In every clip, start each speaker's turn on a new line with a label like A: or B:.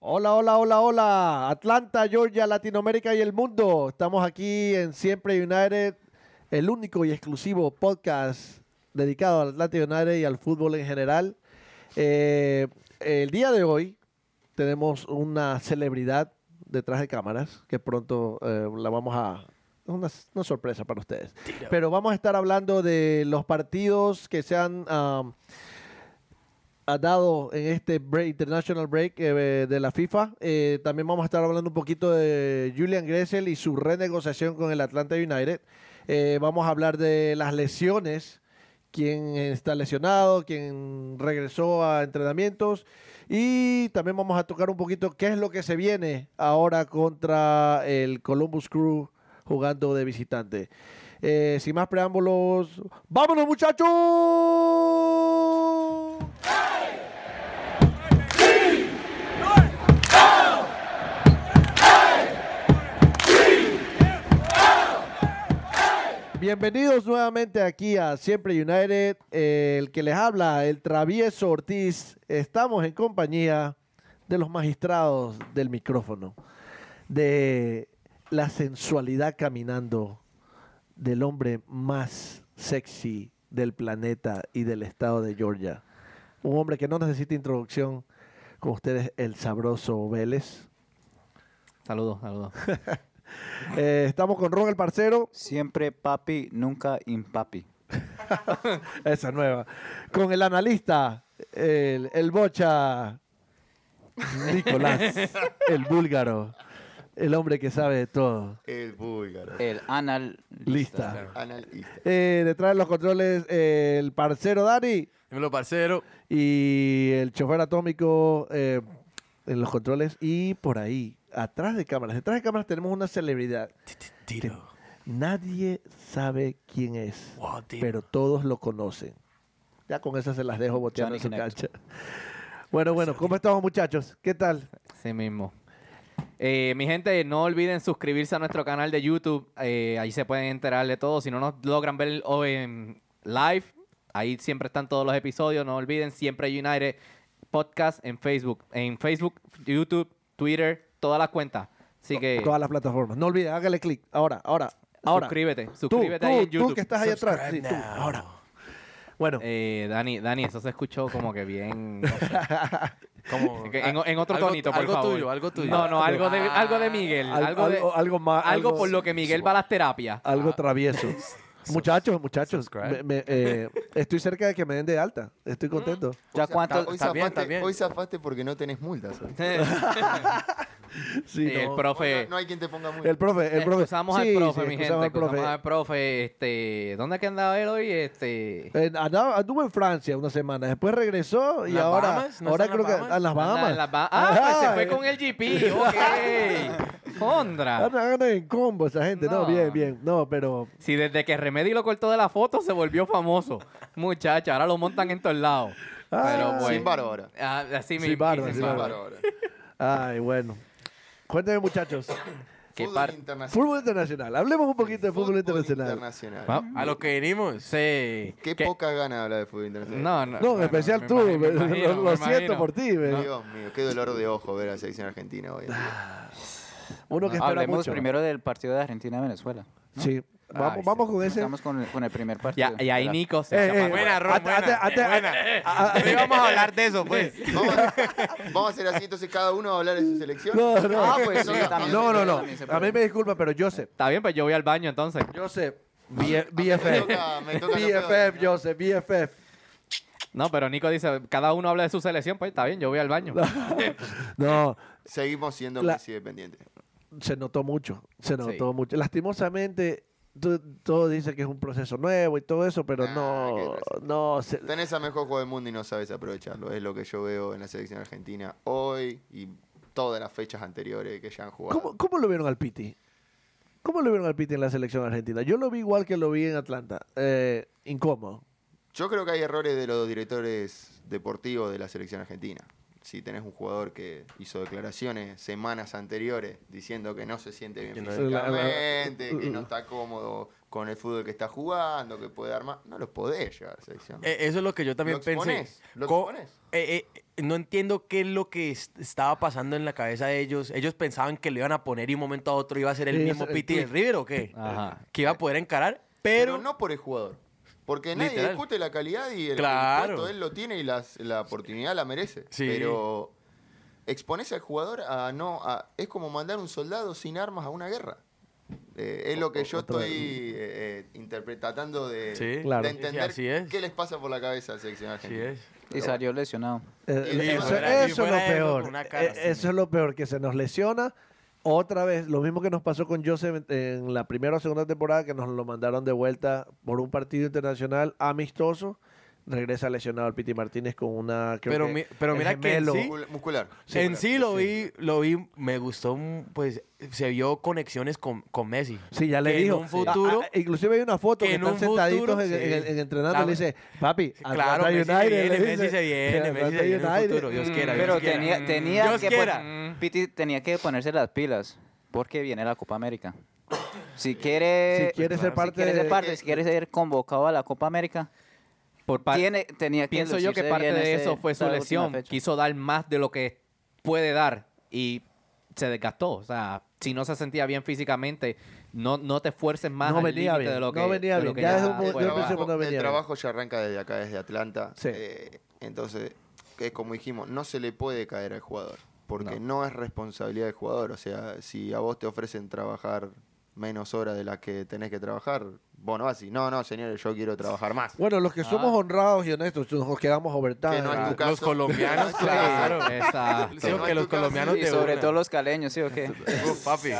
A: Hola, hola, hola, hola. Atlanta, Georgia, Latinoamérica y el mundo. Estamos aquí en Siempre United, el único y exclusivo podcast dedicado al Atlanta United y al fútbol en general. Eh, el día de hoy tenemos una celebridad detrás de cámaras que pronto eh, la vamos a... Una, una sorpresa para ustedes. Pero vamos a estar hablando de los partidos que se han... um, ha dado en este break, International Break eh, de la FIFA. Eh, también vamos a estar hablando un poquito de Julian Gressel y su renegociación con el Atlanta United. Eh, vamos a hablar de las lesiones, quién está lesionado, quién regresó a entrenamientos. Y también vamos a tocar un poquito qué es lo que se viene ahora contra el Columbus Crew jugando de visitante. Eh, sin más preámbulos, ¡vámonos muchachos! Bienvenidos nuevamente aquí a Siempre United. Eh, el que les habla, el travieso Ortiz. Estamos en compañía de los magistrados del micrófono, de la sensualidad caminando del hombre más sexy del planeta y del estado de Georgia. Un hombre que no necesita introducción con ustedes, el sabroso Vélez.
B: Saludos, saludos.
A: Eh, estamos con Ron el Parcero.
C: Siempre papi, nunca impapi.
A: Esa nueva. Con el analista, el, el bocha, Nicolás, el búlgaro, el hombre que sabe de todo.
D: El búlgaro.
C: El anal.
A: Lista.
D: Analista.
A: Eh, detrás de los controles, eh, el parcero Dani
E: Dímelo, parcero.
A: y el chofer atómico eh, en los controles. Y por ahí, atrás de cámaras. Detrás de cámaras tenemos una celebridad.
E: Tiro.
A: Nadie sabe quién es,
E: Wow, tío.
A: pero todos lo conocen. Ya con esas se las dejo boteando en su
C: Johnny
A: cancha. Bueno, bueno, ¿cómo estamos muchachos? ¿Qué tal?
B: Sí mismo. Eh, mi gente, no olviden suscribirse a nuestro canal de YouTube. Eh, ahí se pueden enterar de todo. Si no nos logran ver hoy en live, ahí siempre están todos los episodios. No olviden siempre United Podcast en Facebook. En Facebook, YouTube, Twitter, todas las cuentas. Así que
A: Todas las plataformas. No olviden, hágale clic. Ahora, ahora, ahora.
B: suscríbete.
A: Tú,
B: Suscríbete
A: tú,
B: ahí en
A: tú
B: YouTube.
A: que estás ahí atrás. Sí, tú, ahora. Bueno,
B: Eh, Dani, Dani, eso se escuchó como que bien.
E: Como-
B: Que en, en otro
E: algo-
B: tonito, por
E: algo
B: favor.
E: tuyo, algo tuyo.
B: No, no, algo de,
E: Ah.
B: algo de Miguel.
A: al-
B: Algo, de-
A: algo, algo más.
B: algo por lo Ah. que Miguel va a las terapias.
A: Algo travieso. Muchachos, muchachos, me-
E: Subscribe.
A: me, eh, estoy cerca de que me den de alta. Estoy contento.
B: Mm.
C: ¿Ya cuánto?
D: Hoy
E: está
D: zafaste,
E: bien, está bien.
D: hoy zafaste porque no tenés multas. hoy.
A: Sí,
B: Y el
A: no.
B: profe. eh,
D: No, no hay quien te ponga multas.
A: el profe, el profe.
B: Excusamos
A: Sí,
B: al profe,
A: sí,
B: mi gente.
A: excusamos al profe.
B: Excusamos al profe. Este, ¿Dónde es que andaba él hoy? Este.
A: En- Eh, andaba- anduvo en Francia una semana, después regresó y
E: ¿Las
A: ahora,
E: Bahamas? ¿No
A: ahora
E: está en
A: creo
E: las
A: que
E: Bahamas?
A: a las
B: anda
A: Bahamas.
B: en las Bah- Ah, pues
A: Ajá,
B: se fue
A: eh.
B: con el GP. Ok. Contra.
A: Andan, andan en combo esa gente, no.
B: No.
A: bien, bien, no, pero
B: Si desde que Remedy lo cortó de la foto se volvió famoso. Muchacha, ahora lo montan en todos lados.
A: Ah,
B: Pero
A: sin
B: bueno.
D: Sin barba ahora.
B: Ah, así
A: Sin
B: mismo, y
A: barba,
B: sin
A: sin
B: barba.
A: barba. ay, bueno. Cuéntame muchachos,
B: Qué
D: Fútbol
B: par-
D: internacional.
A: fútbol internacional, hablemos un poquito de fútbol internacional.
D: internacional.
B: Va-
E: A los que vinimos.
B: Sí.
D: Qué,
B: Que-
D: poca gana hablar de fútbol internacional.
B: No, no.
A: No, en especial
B: me
A: tú,
B: imagino,
A: me-
B: me imagino,
A: lo, lo
B: me
A: siento
B: imagino.
A: por ti, me-
D: Dios mío, qué dolor de ojo ver a la selección argentina hoy. en día.
A: uno que espera
C: Hablemos
A: mucho.
C: primero del partido de Argentina-Venezuela.
A: Sí, vamos,
B: Ay,
A: vamos
B: sí.
A: con ese.
C: Estamos con, con el primer partido.
B: Ya, y ahí
C: Era-
B: Nico se
A: Eh, eh,
B: escapa.
E: Ah, Buena, Ron,
A: ate-
E: buena,
A: ate-
E: buena.
A: a- a-
E: No íbamos a hablar de eso, pues.
D: Vamos a, vamos a hacer así, entonces cada uno va a hablar de su selección.
A: No, no.
D: Ah, pues
C: Sí,
D: no, no,
C: también.
A: No, no, no.
C: También se puede.
A: A mí me disculpa, pero Joseph,
B: Está bien, pues yo voy al baño entonces.
A: Joseph,
D: Me
A: BFF,
D: toca, me toca lo peor.
A: BFF, Joseph, BFF.
B: No, pero Nico dice, cada uno habla de su selección, pues está bien, yo voy al baño.
A: No,
D: Seguimos siendo
A: La-
D: Messi dependientes.
A: se notó mucho, se
B: Sí.
A: notó mucho. Lastimosamente, tú- todo dice que es un proceso nuevo y todo eso, pero
D: Ah, qué
A: no,
D: proceso.
A: no, se-
D: Tenés a mejor juego del mundo y no sabes aprovecharlo. Es lo que yo veo en la selección argentina hoy y todas las fechas anteriores que ya han jugado.
A: ¿Cómo, cómo lo vieron al Piti? ¿Cómo lo vieron al Piti en la selección argentina? Yo lo vi igual que lo vi en Atlanta, eh, incómodo.
D: Yo creo que hay errores de los directores deportivos de la selección argentina. Si tenés un jugador que hizo declaraciones semanas anteriores diciendo que no se siente bien
E: Que no-
D: físicamente, que no está cómodo con el fútbol que está jugando, que puede dar más. No los podés llevar a la selección.
E: Eh, eso es lo que yo también
D: Lo
E: pensé.
D: exponés, lo
E: Co-
D: exponés.
E: eh, eh, no entiendo qué es lo que es- estaba pasando en la cabeza de ellos. Ellos pensaban que lo iban a poner y un momento a otro iba a ser el
A: Sí,
E: mismo
A: es el
E: Piti del
A: tweet.
E: River o qué.
B: Ajá.
E: Que iba a poder encarar,
D: pero,
E: pero,
D: no por el jugador. Porque nadie
E: Literal.
D: discute la calidad y el, el
E: Claro.
D: puesto él lo tiene y las- la oportunidad la merece.
E: Sí.
D: Pero expones al jugador a no. a- es como mandar un soldado sin armas a una guerra. Eh, es lo que yo
A: Otra-
D: estoy eh, eh, interpre- tratando de,
E: Sí,
D: de
A: claro.
D: entender
E: Sí, así es.
D: qué les pasa por la cabeza al seleccionado
E: Así
D: argentino.
E: es.
C: Y salió lesionado.
A: Eh,
D: Y
A: eso
D: fuera-
E: y
A: eso es lo
E: fuera de eso,
A: peor.
E: con una cara
A: Eh,
E: así.
A: eso es lo peor, que se nos lesiona. Otra vez, lo mismo que nos pasó con Joseph en la primera o segunda temporada, que nos lo mandaron de vuelta por un partido internacional amistoso. Regresa lesionado al Piti Martínez con una. creo
E: Pero
A: que
E: mi- pero
A: el
E: mira que en
A: gemelo.
E: sí-
D: Muscul- Muscular.
E: en sí lo vi, lo vi, me gustó, un- pues se vio conexiones con, con Messi.
A: Sí, ya le
E: Que en
A: dijo.
E: un futuro-
A: Ah, ah, inclusive hay una foto
E: que
A: que,
E: en
A: están
E: un futuro,
A: sentaditos en,
E: sí.
A: en- en- en entrenando.
E: La-
A: le dice, papi,
E: Claro,
A: Atlanta
E: Messi se
A: United", le
E: viene,
A: dice.
E: Messi se viene,
A: Atlanta
E: Messi se viene en el
A: United.
E: futuro, Dios
B: Mm,
E: quiera. Dios
C: Pero
E: quiera.
C: tenía,
B: Mm.
C: tenía
E: Dios
C: que
E: quiera.
C: pon- Piti tenía que ponerse las pilas porque viene la Copa América. Si quiere,
A: Si quiere ser parte
C: si quiere
A: de-
C: ser parte, si quiere ser convocado a la Copa América,
B: Por par-
C: tiene, tenía que
B: Pienso yo que
C: lucirse
B: parte
C: bien
B: de
C: este-
B: eso fue su
C: esta última
B: lesión.
C: fecha.
B: Quiso dar más de lo que puede dar y se desgastó. O sea, si no se sentía bien físicamente, no, no te esfuerces más
A: No
B: al
A: venía
B: límite
A: bien,
B: de
A: no
B: lo que
A: venía
B: de lo
A: bien.
B: que
A: Ya desde un
B: fue.
A: yo
D: el,
A: pensé
D: trabajo,
A: cuando
D: Ah, el
A: venía.
D: trabajo ya arranca desde acá, desde Atlanta.
A: Sí.
D: Eh, entonces, es como dijimos, no se le puede caer al jugador, porque no. es responsabilidad del jugador. O sea, si a vos te ofrecen trabajar menos horas de las que tenés que trabajar, vos no vas así, no, no, señores, yo quiero trabajar más.
A: Bueno,
E: Ah.
A: los que somos honrados y honestos, nos quedamos overtime. Ah,
D: Que no es tu caso.
E: Los colombianos, claro.
B: Exacto.
E: Sí, o que los colombianos
C: Y
E: de
C: sobre
E: una.
C: todo los caleños, ¿sí o qué?
E: Uf, papi,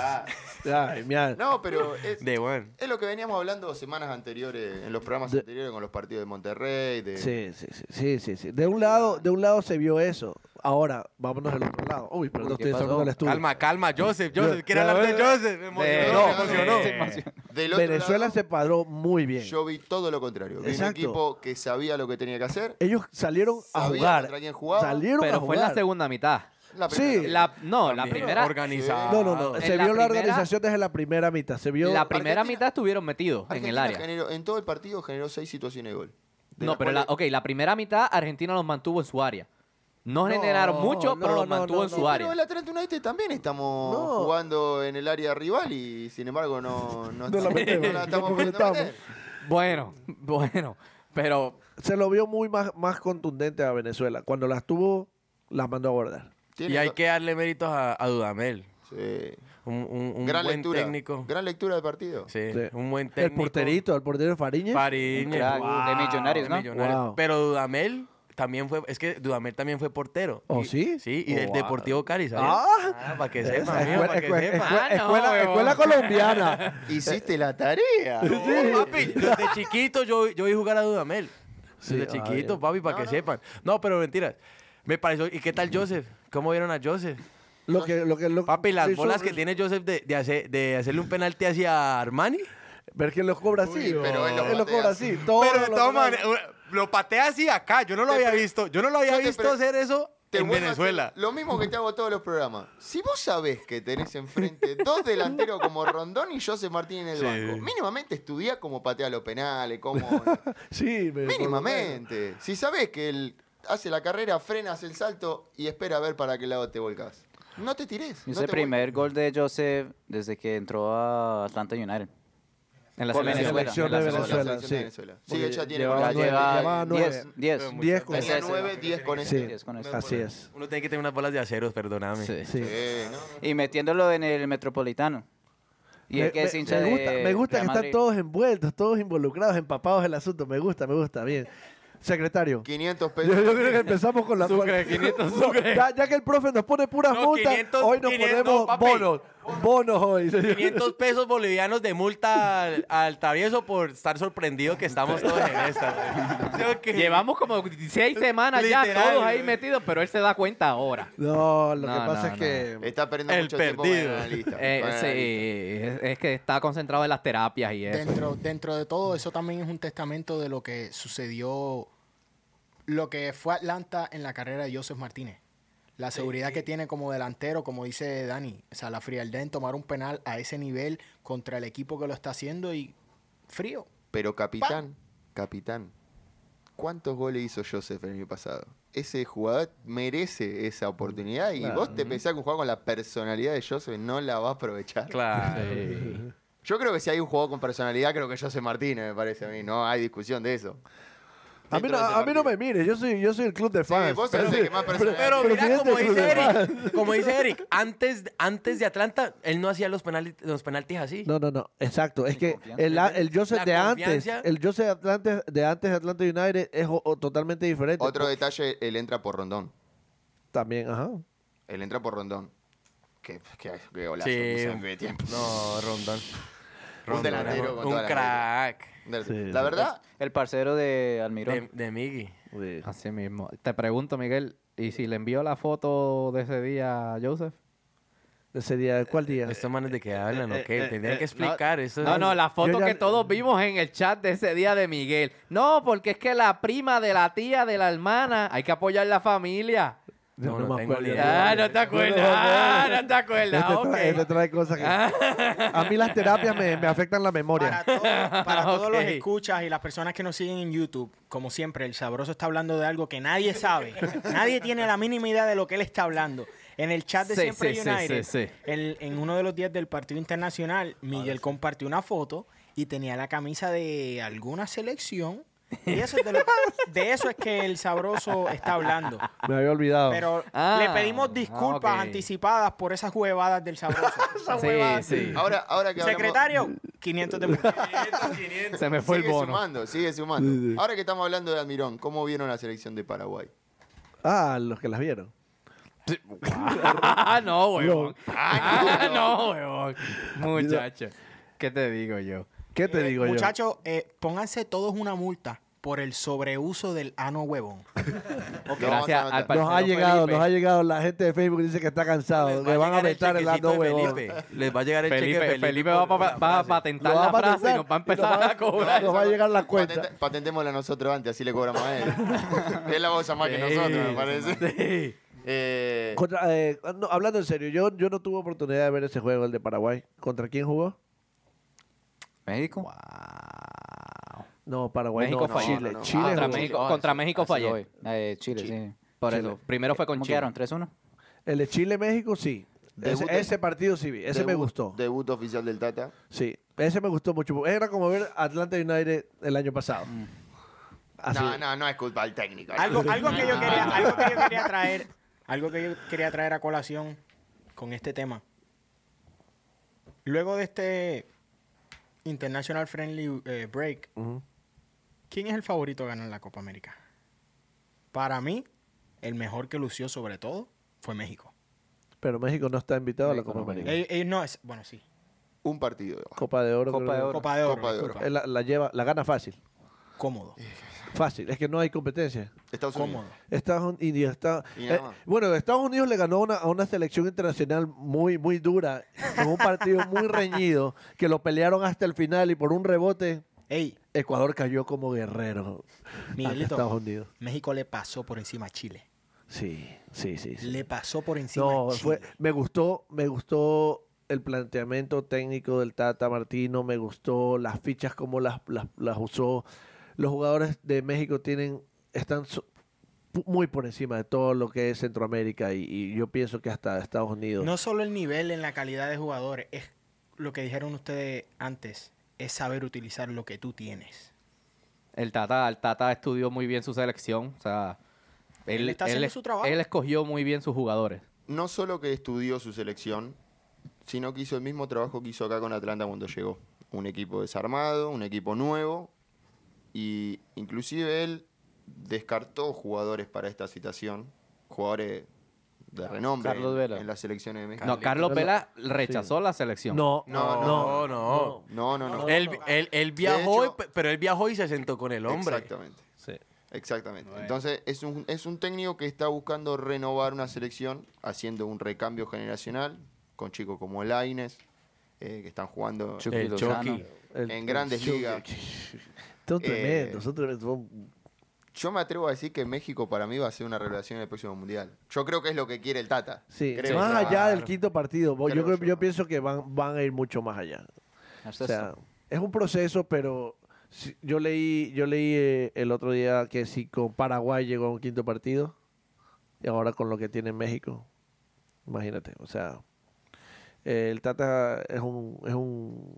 A: Ay, mira.
D: No, pero es,
E: de buen.
D: es lo que veníamos hablando semanas anteriores, en los programas
A: De-
D: anteriores con los partidos de Monterrey, de
B: Eh,
A: Sí, sí, sí, sí, sí, sí. De un lado, de un lado se vio eso. Ahora, vámonos al otro lado. Uy, perdón,
C: Uy, ¿qué
A: estoy sonando
C: pasó?
A: el estudio.
E: Calma, calma, Joseph,
A: Yo-
E: Joseph, quiere
A: ya
E: hablar de
A: veo.
E: Joseph. Me emocionó, me
A: no,
E: emocionó.
A: sí.
D: del otro
A: Venezuela
D: lado,
A: se paró muy bien.
D: Yo vi todo lo contrario. Vi un
A: Exacto.
D: equipo que sabía lo que tenía que hacer.
A: Ellos salieron a
D: Sabían
A: jugar.
D: contra quién jugaban,
A: Salieron a
B: Pero fue
A: jugar.
B: en la segunda mitad.
D: La
A: Sí.
D: primera.
B: La, no, la
E: También,
B: primera,
E: Organizado.
A: No, no, no.
D: Ah.
B: en
A: Se
B: la
A: vio la
B: primera-
A: organización desde la primera mitad. Se vio
B: la primera
D: Argentina-
B: mitad estuvieron metidos en el
D: Argentina
B: área.
D: generó- en todo el partido generó seis situaciones de gol. De
B: No,
D: las
B: pero la,
D: cuales-
B: ok, la primera mitad Argentina los mantuvo en su área. No,
A: No,
B: generaron mucho,
A: no,
B: pero los
A: no,
B: mantuvo
A: no,
B: en
A: no.
B: su
D: Pero
B: área.
D: el Atlanta United también estamos
A: No.
D: jugando en el área rival y sin embargo no, no,
A: No la
D: estamos-
A: metemos,
D: no la estamos
A: no la
D: pudiendo meter.
A: metamos.
B: Bueno, bueno, pero
A: se lo vio muy más, más contundente a Venezuela. Cuando las tuvo, las mandó a guardar.
D: Tiene
E: Y hay
D: do-
E: que darle méritos a, a Dudamel.
D: Sí.
E: Un, un- un
D: gran
E: buen
D: lectura.
E: técnico.
D: Gran lectura del partido.
E: Sí,
A: Sí.
E: un buen
A: El
E: técnico.
A: porterito, el portero Fariñez.
E: Fariñez,
C: Un crack, de Millonarios, ¿no?
A: Wow.
E: Pero Dudamel también fue, es que Dudamel también fue portero.
A: ¿Oh,
E: Y-
A: sí?
E: Sí, y del
A: Wow.
E: Deportivo Cali, ¿sabes?
A: Ah.
E: para que
A: Esa,
E: sepa, amigo,
A: escuela,
E: para que
A: escuela-
E: sepa.
A: escuela-
B: Ah, no,
A: escuela-
B: huevón.
A: escuela colombiana.
D: Hiciste la tarea.
E: No, papi, desde chiquito yo, yo vi jugar a Dudamel.
A: Sí,
E: desde
A: ah,
E: chiquito,
A: bien.
E: papi, para que sepan. No, pero mentiras. Me pareció, ¿y qué tal Joseph? ¿Cómo vieron a Joseph?
A: Lo que, lo que, lo,
E: Papi, las
A: hizo-
E: bolas que tiene Joseph de, de hacer, de hacerle un penalti hacia Armani.
A: Ver que los cobra así.
D: Uy, pero él
A: él
D: lo
A: los
D: patea.
A: cobra así. todo
E: pero de
A: lo
E: todas
A: cobra-
E: maneras, lo patea así acá. Yo no lo
D: Te
E: había
D: pre-
E: visto. Yo no lo había
D: yo te
E: visto
D: pre-
E: hacer eso
D: Te
E: en
D: vuelvo a hacer
E: Venezuela.
D: Lo mismo que te hago todos los programas. Si vos sabés que tenés enfrente dos delanteros como Rondón y José Martín en el
E: Sí.
D: banco, mínimamente estudia cómo patea los penales, cómo.
A: Sí, me-
D: Mínimamente. Si sabes que él hace la carrera, frenas el salto y espera a ver para qué lado te volcas. No te tires.
C: Y
D: no
C: ese
D: te
C: primer gol de Joseph desde que entró a Atlanta United.
B: en la
C: Por la
B: selección
C: selección
B: en la
A: de
D: vuelcas.
B: selección.
D: Con la
A: Venezuela,
D: selección de
A: sí.
D: Venezuela. Sí,
A: Porque
D: ella tiene
A: llevaba
D: varias-
A: nueve, llevaba
C: Lleva
A: nueve.
C: 10, 10.
E: Pero
A: Diez con
D: Tenía
C: Ese-
D: nueve, diez con
A: Sí,
D: este.
C: Diez con eso.
A: así es.
E: Uno tiene que tener unas bolas de acero, perdóname.
B: Sí.
A: Sí.
D: Eh, ¿no?
C: Y metiéndolo en el Metropolitano. Y el que es hincha de
A: gusta, me gusta
C: Real
A: que
C: Madrid.
A: están todos envueltos, todos involucrados, empapados el asunto. Me gusta, me gusta. Bien. Secretario.
D: 500
A: Yo,
D: pesos.
A: yo creo que empezamos con la
B: Sucre, 500 Sucre.
A: Ya, ya que el profe nos pone puras
E: No,
A: multas,
E: 500,
A: hoy nos
E: 500,
A: ponemos
E: papi.
A: bonos. Bonos hoy. señor.
E: 500 pesos bolivianos de multa al, al travieso por estar sorprendido que estamos todos en esta. güey. Creo que-
B: Llevamos como 16 semanas ya
E: Literal,
B: todos ahí
E: güey.
B: metidos, pero él se da cuenta ahora.
A: No, lo que
B: No,
A: pasa
B: no,
A: es que.
D: Está perdiendo
E: El
D: mucho tiempo
E: perdido.
D: con el analista,
B: Eh,
D: con el
B: sí,
D: analista.
B: es, es que está concentrado en las terapias y eso.
F: Dentro, dentro de todo, eso también es un testamento de lo que sucedió, lo que fue Atlanta en la carrera de Joseph Martínez. La seguridad que tiene como delantero, como dice Dani, o sea, la frialdad en tomar un penal a ese nivel contra el equipo que lo está haciendo y frío.
D: Pero capitán, capitán, ¿cuántos goles hizo Joseph el año pasado? Ese jugador merece esa oportunidad y vos te pensás que un jugador con la personalidad de Joseph no la va a aprovechar.
E: Claro.
D: Yo creo que si hay un jugador con personalidad, creo que Joseph Martínez, me parece a mí. No hay discusión de eso.
A: A mí, no,
D: Dentro de
A: a mí no me
D: Martínez.
A: mire, yo soy, yo soy el club de fans.
D: vos sos el que más personalidad
E: Pero
A: pero
E: mira,
A: fíjate,
E: como
A: club
E: dice
A: de
E: Eric, como dice Eric, antes, antes de Atlanta, él no hacía los penaltis, los penaltis así.
A: No, no, no, exacto. Es que
C: confianza.
A: el, a- el Joseph
E: La
A: de antes,
E: confianza.
A: el Joseph de Atlante- de antes de Atlanta United es o- o totalmente diferente.
D: Otro detalle, él entra por rondón.
A: También, ajá.
D: Él entra por rondón. Qué, qué, qué golazo,
E: Sí.
D: qué sangre de tiempo.
E: No, Rondón.
D: Un delantero con
E: un
D: toda la
E: crack
A: Sí.
D: La verdad,
C: El parcero de
E: de,
C: Almirón.
E: de
B: Eh,
E: Miggy.
B: Así mismo. Te pregunto, Miguel, ¿y si le envió la foto de ese día a Joseph?
A: Ese día, ¿cuál día?
E: Estos manes de que hablan, ¿ok?
B: Eh,
E: Tendrían
B: eh,
E: que explicar
B: no,
E: eso.
B: No, no, la foto
A: Yo ya-
B: que todos vimos en el chat de ese día de Miguel. No, porque es que la prima de la tía, de la hermana, hay que apoyar la familia.
A: Yo
E: No, no
A: me
E: tengo
A: acuerdo.
E: ni idea.
B: Ah, no te acuerdas.
A: No, no, no.
B: Ah, no te acuerdas.
A: Este
B: ok.
A: trae, este trae cosas que... A mí las terapias me, me afectan la memoria.
F: Para, todo- para todos los
B: Ok.
F: escuchas y las personas que nos siguen en YouTube, como siempre, el sabroso está hablando de algo que nadie sabe. nadie tiene la mínima idea de lo que él está hablando. En el chat de
B: Sí,
F: Siempre
B: sí, sí,
F: United,
B: sí, sí.
F: el- en uno de los días del partido internacional, Miguel compartió una foto y tenía la camisa de alguna selección. Y eso es de, lo- de eso es que el sabroso está hablando.
A: Me había olvidado.
F: Pero
B: Ah,
F: le pedimos disculpas
B: ah, ok.
F: anticipadas por esas huevadas del sabroso.
B: Sí, sí.
D: ahora, ahora que hablamos-
F: Secretario, 500 de multa.
B: Se me fue el
D: sigue
B: bono.
D: sumando, sigue sumando. Ahora que estamos hablando de Almirón, ¿cómo vieron la selección de Paraguay?
A: Ah, los que las vieron.
B: Ah, no, huevón. Ah, no, huevón. Muchacho.
A: Muchacho,
B: ¿Qué te digo yo?
A: ¿Qué te digo yo?
F: Muchachos, eh, pónganse todos una multa por el sobreuso del ano huevón.
D: Lo vamos a
B: Gracias al
D: anotar.
A: Nos
B: parcero
A: ha llegado,
B: Felipe.
A: nos ha llegado. La gente de Facebook dice que está cansado, que van a vetar el
E: chequecito
A: lado
E: de
A: huevón.
E: Felipe. Les va a llegar el cheque de
B: Felipe,
E: Felipe.
B: Felipe va,
E: por
B: pa-
E: la
B: va a
A: Lo
E: frase.
B: patentar
A: va
B: la
A: a patentar
B: frase y nos va a empezar
A: y nos va-
B: a cobrar.
A: Nos va a llegar la cuenta.
D: Patente- patentémosla nosotros antes, así le cobramos a él. él la va a usar más que nosotros, me parece. Eh,
A: Contra- eh, no, hablando en serio, yo, yo no tuve oportunidad de ver ese juego, el de Paraguay. ¿Contra quién jugó?
C: México.
A: No, Paraguay
B: México
A: no,
B: falló.
A: Chile.
D: No, no, no.
A: Chile
B: contra
A: jugó.
B: México, contra México
C: Así
B: fallé.
C: voy. Eh, Chile, sí.
B: Por
A: Chile.
B: eso, primero fue con
C: ¿Cómo
B: Chile.
C: quedaron? ¿3-1?
A: El de Chile-México, sí. Ese,
D: Debut de-
A: ese partido sí vi. Ese me
D: debut-
A: gustó.
D: Debut oficial del Tata.
A: Sí. Ese me gustó mucho. Era como ver Atlanta United el año pasado. Así.
D: No, no, no es culpa del técnico.
F: Algo, algo que yo quería, algo que yo quería traer, algo que yo quería traer a colación con este tema. Luego de este International Friendly eh, Break,
A: Ujú.
F: ¿quién es el favorito a ganar la Copa América? Para mí, el mejor que lució sobre todo fue México.
A: Pero México no está invitado
C: México
A: a la
C: no
A: Copa América.
F: Eh, eh, no, es, bueno, sí.
D: Un partido.
A: Copa de Oro.
C: Copa
A: creo
C: de
A: que-
C: Oro.
F: Copa de Oro.
D: Copa de Oro.
F: disculpa.
A: Él la, la lleva, la gana fácil.
F: Cómodo.
A: Fácil. Es que no hay competencia.
D: Estados Unidos.
F: Cómodo.
A: Estados Unidos está,
D: Y nada
A: eh,
D: más.
A: bueno, Estados Unidos le ganó una- a una selección internacional muy muy dura en un partido muy reñido que lo pelearon hasta el final y por un rebote
F: Ey,
A: Ecuador cayó como guerrero ante
F: Miguelito.
A: Estados Unidos.
F: México le pasó por encima a Chile.
A: Sí, sí, sí. sí.
F: Le pasó por encima
A: No,
F: a Chile.
A: fue, me gustó, me gustó el planteamiento técnico del Tata Martino, me gustó las fichas como las, las, las usó. Los jugadores de México tienen, están so- pu- muy por encima de todo lo que es Centroamérica y, y yo pienso que hasta Estados Unidos.
F: No solo el nivel en la calidad de jugadores, es lo que dijeron ustedes antes, es saber utilizar lo que tú tienes.
B: El Tata, el Tata estudió muy bien su selección. O sea, él,
F: Él está haciendo
B: él-
F: su trabajo.
B: Él escogió muy bien sus jugadores.
D: No solo que estudió su selección, sino que hizo el mismo trabajo que hizo acá con Atlanta cuando llegó. Un equipo desarmado, un equipo nuevo. Y inclusive él descartó jugadores para esta situación. Jugadores de renombre
C: Carlos
D: en,
C: Vela.
D: en las selecciones de México.
B: No, Carlos
A: Carlos-
B: Vela rechazó la selección.
A: no,
D: No,
E: No, no.
D: No, no, no.
E: Él, él- él viajó,
D: hecho-
E: pe- pero él viajó y se sentó con el hombre.
D: Exactamente. Exactamente. Entonces es un, es un técnico que está buscando renovar una selección, haciendo un recambio generacional con chicos como el Aines, que están jugando
C: Chucky
E: El
C: Lozano.
E: Chucky.
A: el-
D: en grandes
A: yo-
D: ligas.
A: Son
D: Eh,
A: tremendos, son tremendos. son-
D: Yo me atrevo a decir que México para mí va a ser una revelación en el próximo mundial. Yo creo que es lo que quiere el Tata.
A: sí,
D: Creo
A: más
D: que-
A: allá del quinto partido, yo,
D: Creo
A: creo-
D: yo.
A: yo pienso que van, van a ir mucho más allá. O sea, es un proceso, pero si- yo leí, yo leí eh, el otro día que si con Paraguay llegó a un quinto partido y ahora con lo que tiene México, imagínate, o sea, eh, el Tata es un, es un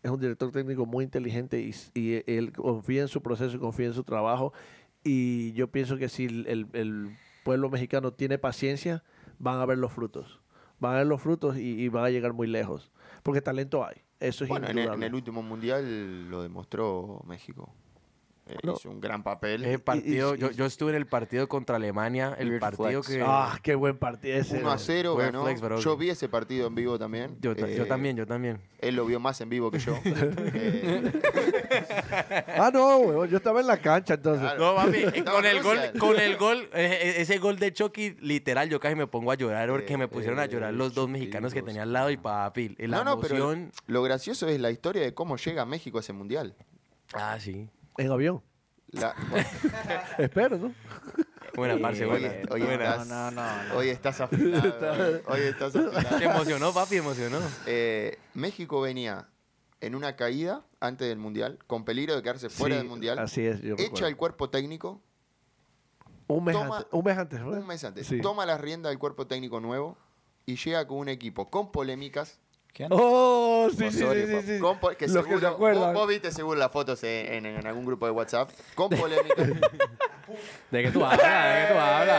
A: es un director técnico muy inteligente y, s- y e, él confía en su proceso y confía en su trabajo. Y yo pienso que si el, el- el pueblo mexicano tiene paciencia, van a ver los frutos. Van a ver los frutos y, y van a llegar muy lejos. Porque talento hay. Eso es
D: Bueno, en el, en
A: indudable.
D: el último mundial lo demostró México. Eh,
A: No.
D: Hizo un gran papel.
E: Ese partido,
A: y-
E: yo, yo estuve en el partido contra Alemania, el
C: Weird
E: partido
C: flex.
E: que...
A: Ah, qué buen partido ese.
D: 1 a 0
E: Fue
D: ganó.
E: flex, bro.
D: yo vi ese partido en vivo también.
E: yo, ta- yo
D: Eh,
E: también, yo también.
D: Él lo vio más en vivo que yo. Eh,
A: Ah, no, huevón, yo estaba en la cancha entonces.
D: Claro.
E: No, papi, eh,
D: No,
E: con el gol,
D: Rusia.
E: con el gol, eh, eh, ese gol de Chucky, literal, yo casi me pongo a llorar porque me pusieron a
D: eh,
E: llorar los dos
D: Chucky,
E: mexicanos que
D: vos.
E: tenía al lado y papi, eh, la
D: no, no, pero
E: emoción.
D: lo gracioso es la historia de cómo llega México a ese mundial.
E: Ah, sí.
A: En avión.
D: La-
A: Espero, ¿no?
E: Buena, parce,
D: hoy,
E: buena.
D: hoy
E: buena.
D: estás,
C: No, no, no, no.
D: hoy estás afilado. hoy estás afilado.
E: Te emocionó, papi, emocionó.
D: Eh, México venía en una caída antes del mundial, con peligro de quedarse fuera
A: Sí,
D: del mundial.
A: Así es, yo recuerdo.
D: echa el cuerpo técnico
A: un, mes
D: toma-
A: antes, un mes antes, ¿verdad?
D: un mes antes.
A: Sí.
D: Toma la rienda del cuerpo técnico nuevo y llega con un equipo con polémicas.
C: ¿Quién?
A: Oh, sí, sí,
C: Osorio,
A: sí, sí,
C: papá.
A: sí.
D: Con po- que
A: Los
D: seguro,
A: que se acuerdan.
D: Vos, vos viste seguro las fotos en, en- en algún grupo de WhatsApp. Con polémicas.
B: ¿De qué tú hablas? ¿De qué tú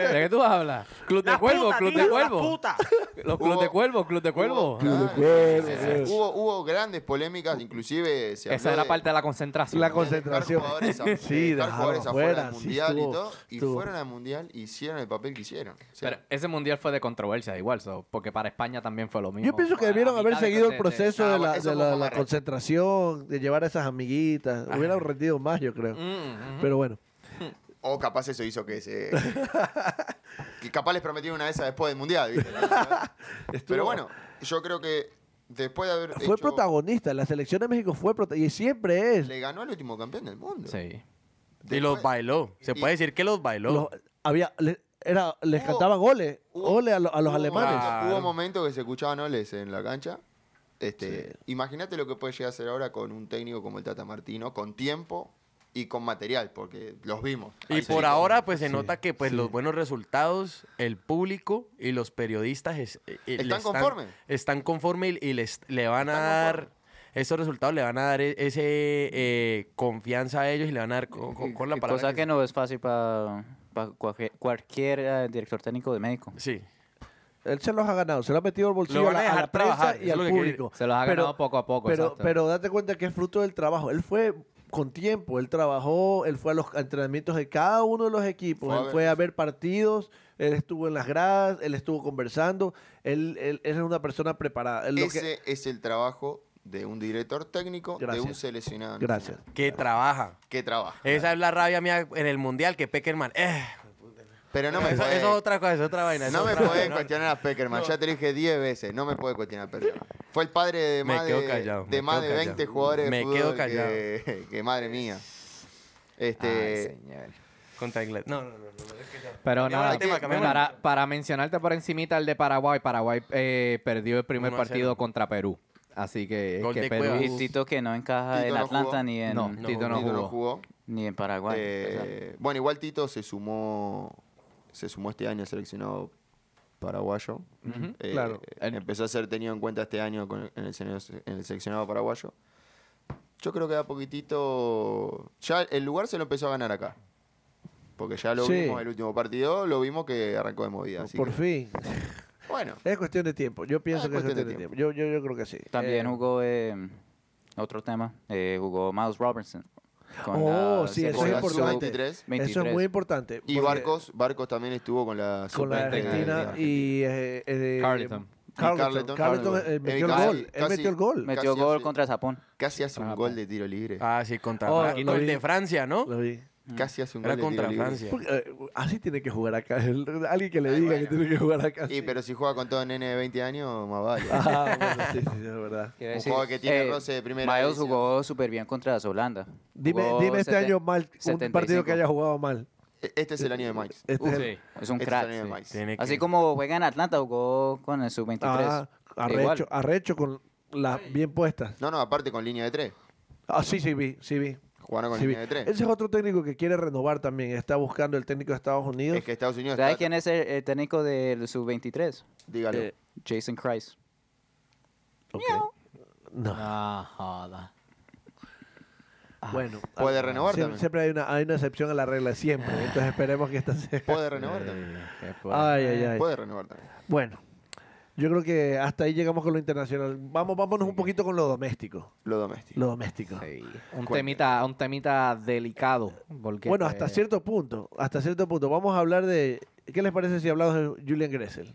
B: hablas? ¿De qué tú hablas? Club de cuervo, club de cuervo. Los club de
D: Hubo-
B: cuervo, club de
D: hubo,
B: cuervo.
A: Club de
D: claro,
A: Cuervos,
D: Ah, sí, sí,
A: yes.
D: sí. Hubo- hubo grandes polémicas, inclusive se
B: Esa
D: habló
B: era
D: de-
B: parte de la concentración.
A: La
D: de dejar
A: concentración.
D: jugadores a-
A: Sí,
D: de dejar
A: dejaron
D: jugadores
A: fuera,
D: afuera del
A: sí,
D: mundial
A: estuvo-
D: y todo. Y
A: estuvo.
D: fueron al mundial y hicieron el papel que hicieron. O sea,
B: Pero ese mundial fue de controversia igual, so, porque para España también fue lo mismo.
A: Yo pienso que
B: Para
A: debieron
B: la
A: haber
B: mitad de-
A: seguido
B: de-
A: el
B: de-
A: proceso
D: Ah,
A: de
D: bueno,
A: la,
D: eso
A: de
D: fue
A: la-
D: más
A: la
D: arrecho.
A: concentración, de llevar a esas amiguitas. Hubieran rendido más, yo creo.
B: Mm, mm.
A: Pero bueno,
D: O capaz eso hizo que se. que capaz les prometieron una de esas después del mundial, ¿viste? Pero bueno, yo creo que después de haber.
A: fue
D: hecho-
A: protagonista. La selección de México fue protagonista. Y siempre es.
D: Le ganó al último campeón del mundo.
B: Sí.
E: Y los
D: Después-
E: bailó. Se
D: y-
E: puede decir que los bailó.
A: los- había, le- era, les
D: Hubo-
A: cantaban ole,
D: hubo-
A: ole a, lo- a los
D: hubo
A: alemanes.
D: momentos-
E: Claro.
D: Hubo momentos que se escuchaban oles en la cancha. Este, Imagínate lo que puede llegar a hacer ahora con un técnico como el Tata Martino, con tiempo y con material, porque los vimos.
E: Y
D: Ahí
E: por
D: sí.
E: ahora, pues se nota que pues los buenos resultados, el público y los periodistas es- eh, le
D: ¿Están conforme?
E: Están conforme y, y les, le van a
D: Están
E: dar.
D: conforme.
E: Esos resultados le van a dar e- ese eh, confianza a ellos y le van a dar co- co- con, la
C: Y
E: palabra.
C: Cosa que no es fácil para cualquier eh, director técnico de México.
E: Sí.
A: Él se los ha ganado, se los ha metido al bolsillo
E: van
A: a la, a
E: a dejar
A: la prensa
E: trabajar,
A: y
E: eso es lo
A: al
E: que quiere-
A: público.
B: Se los ha ganado poco a poco,
A: Pero,
B: exacto.
A: pero date cuenta que es fruto del trabajo. Él fue con tiempo, él trabajó, él fue a los entrenamientos de cada uno de los equipos,
D: Fue a
A: él
D: ver-
A: fue a ver partidos, él estuvo en las gradas, él estuvo conversando, él, él, él es una persona preparada. Él
E: pues,
A: lo que-
D: Ese es el trabajo de un director técnico,
A: Gracias.
D: de un seleccionado.
A: Gracias.
E: Que trabaja.
D: Que trabaja.
E: Esa es la rabia mía en el mundial, que Peckerman. eh,
D: Pero no me
E: eso,
D: podés-
E: eso es otra cosa, es otra vaina. eso
D: No
E: es
D: me
E: otra
D: podés
E: vaina.
D: cuestionar a Peckerman, ya te lo dije 10 veces, no me podés cuestionar a Peckerman. Fue el padre de
E: Me
D: más
E: quedo
D: de,
E: callado,
D: de
E: me
D: más
E: quedo
D: de
E: callado.
D: 20 jugadores
E: Me
D: de
E: quedo Ah,
D: fútbol que, que madre mía. Este,
B: Ay, señor.
E: Contra Inglaterra. No, no, no. no, es que ya-
B: Pero
E: Cambiamos
B: nada,
E: de tema,
B: que-
E: cambiamos de
B: para, para mencionarte por encimita el de Paraguay, Paraguay eh, perdió el primer
E: Uno a cero.
B: partido contra Perú. Así que,
E: Gol
B: que
E: de
B: Perú...
E: Cueva.
C: Y Tito que no encaja
D: Tito
C: en
D: no
C: Atlanta
D: jugó.
C: ni en,
B: No,
E: No
B: Tito no
D: Tito
B: jugó.
D: no jugó.
C: ni en Paraguay. o sea.
D: Eh, bueno, igual Tito se sumó se sumó este año al seleccionado paraguayo. Eh,
A: Claro.
D: eh, Empezó a ser tenido en cuenta este año con- en, el, sele- en el seleccionado paraguayo. Yo creo que da poquitito. Ya el lugar se lo empezó a ganar acá. Porque ya lo
A: Sí.
D: vimos el último partido, lo vimos que arrancó de movida. así
A: Por
D: que-
A: fin.
D: Bueno,
A: Es cuestión de tiempo. Yo pienso
D: Ah,
A: que es
D: cuestión de
A: cuestión de tiempo. Yo, yo, yo creo que sí.
C: También
A: Eh,
C: jugó eh, otro tema, eh, jugó Miles Robertson. con
A: Oh,
C: la
A: sí, eso es
D: con
C: selección
D: la
A: importante.
D: sub-23.
A: Eso es
C: 23.
A: muy importante.
D: Y
A: porque
D: Barcos, Barcos también estuvo con la
A: Con la
D: sub-23 de
A: Argentina y... eh, eh,
B: Carleton.
A: Carleton.
D: Carleton.
A: Carleton, eh, metió el
D: Casi-
A: gol. Él
D: casi-
A: metió el gol.
C: Metió
D: Casi
C: gol
D: hace-
C: contra Japón.
D: Casi hace un gol de tiro libre.
E: Ah, sí, contra
A: Oh,
E: Fra-
A: lo
E: no, el
A: vi.
E: de Francia, ¿no?
A: Lo vi.
D: Casi hace un
E: Era
D: gol de tiro
E: contra
D: libre.
E: Francia.
A: Porque, eh, así tiene que jugar acá. El- alguien que le diga que tiene que jugar acá.
D: Y Ah, pero si juega con todo nene de 20 años, más vale.
A: Ah, bueno, sí, sí, sí, es verdad.
C: Quiero
D: Un
C: decir,
D: jugador que tiene roce de primera
C: eh, Miles
D: división.
C: jugó súper bien contra Holanda.
A: Dime,
C: Jugó
A: dime este
C: seten-
A: año mal, un
C: 75.
A: partido que haya jugado mal.
D: E- Este es el año de Mike.
A: Este es el-
B: Sí.
C: Es un
D: este
C: crack.
D: es el año de Mike.
E: Tiene que-
C: Así como juega en Atlanta, jugó con el sub-23.
A: Ah, arrecho,
C: Igual.
A: arrecho con las bien puestas.
D: No, no, aparte con línea de tres.
A: Ah, sí, sí vi, sí vi.
D: Jugaron Ah, con
A: sí vi.
D: línea de tres.
A: Ese es otro técnico que quiere renovar también. Está buscando el técnico de Estados Unidos.
D: Es que Estados Unidos
C: ¿Sabes
D: está...
C: quién es el, el técnico del sub-23?
D: Dígalo.
A: Eh,
C: Jason Christ.
A: ok. No.
B: Ah, joda.
A: Bueno,
D: Puede
A: ah,
D: renovar
A: siempre,
D: también.
A: siempre hay una, hay una excepción a la regla, siempre. Entonces esperemos que esta sea.
D: Puede
A: eh,
D: renovar también.
B: Qué por-
A: Ay, ay, ay.
D: Puede renovar también.
A: Bueno, yo creo que hasta ahí llegamos con lo internacional. Vamos, vámonos un poquito con lo doméstico.
D: Lo doméstico.
A: Lo doméstico.
B: Sí. Un temita, un temita delicado. Porque
A: Bueno,
B: pues,
A: hasta cierto punto, hasta cierto punto. Vamos a hablar de. ¿Qué les parece si hablamos de Julian Gressel?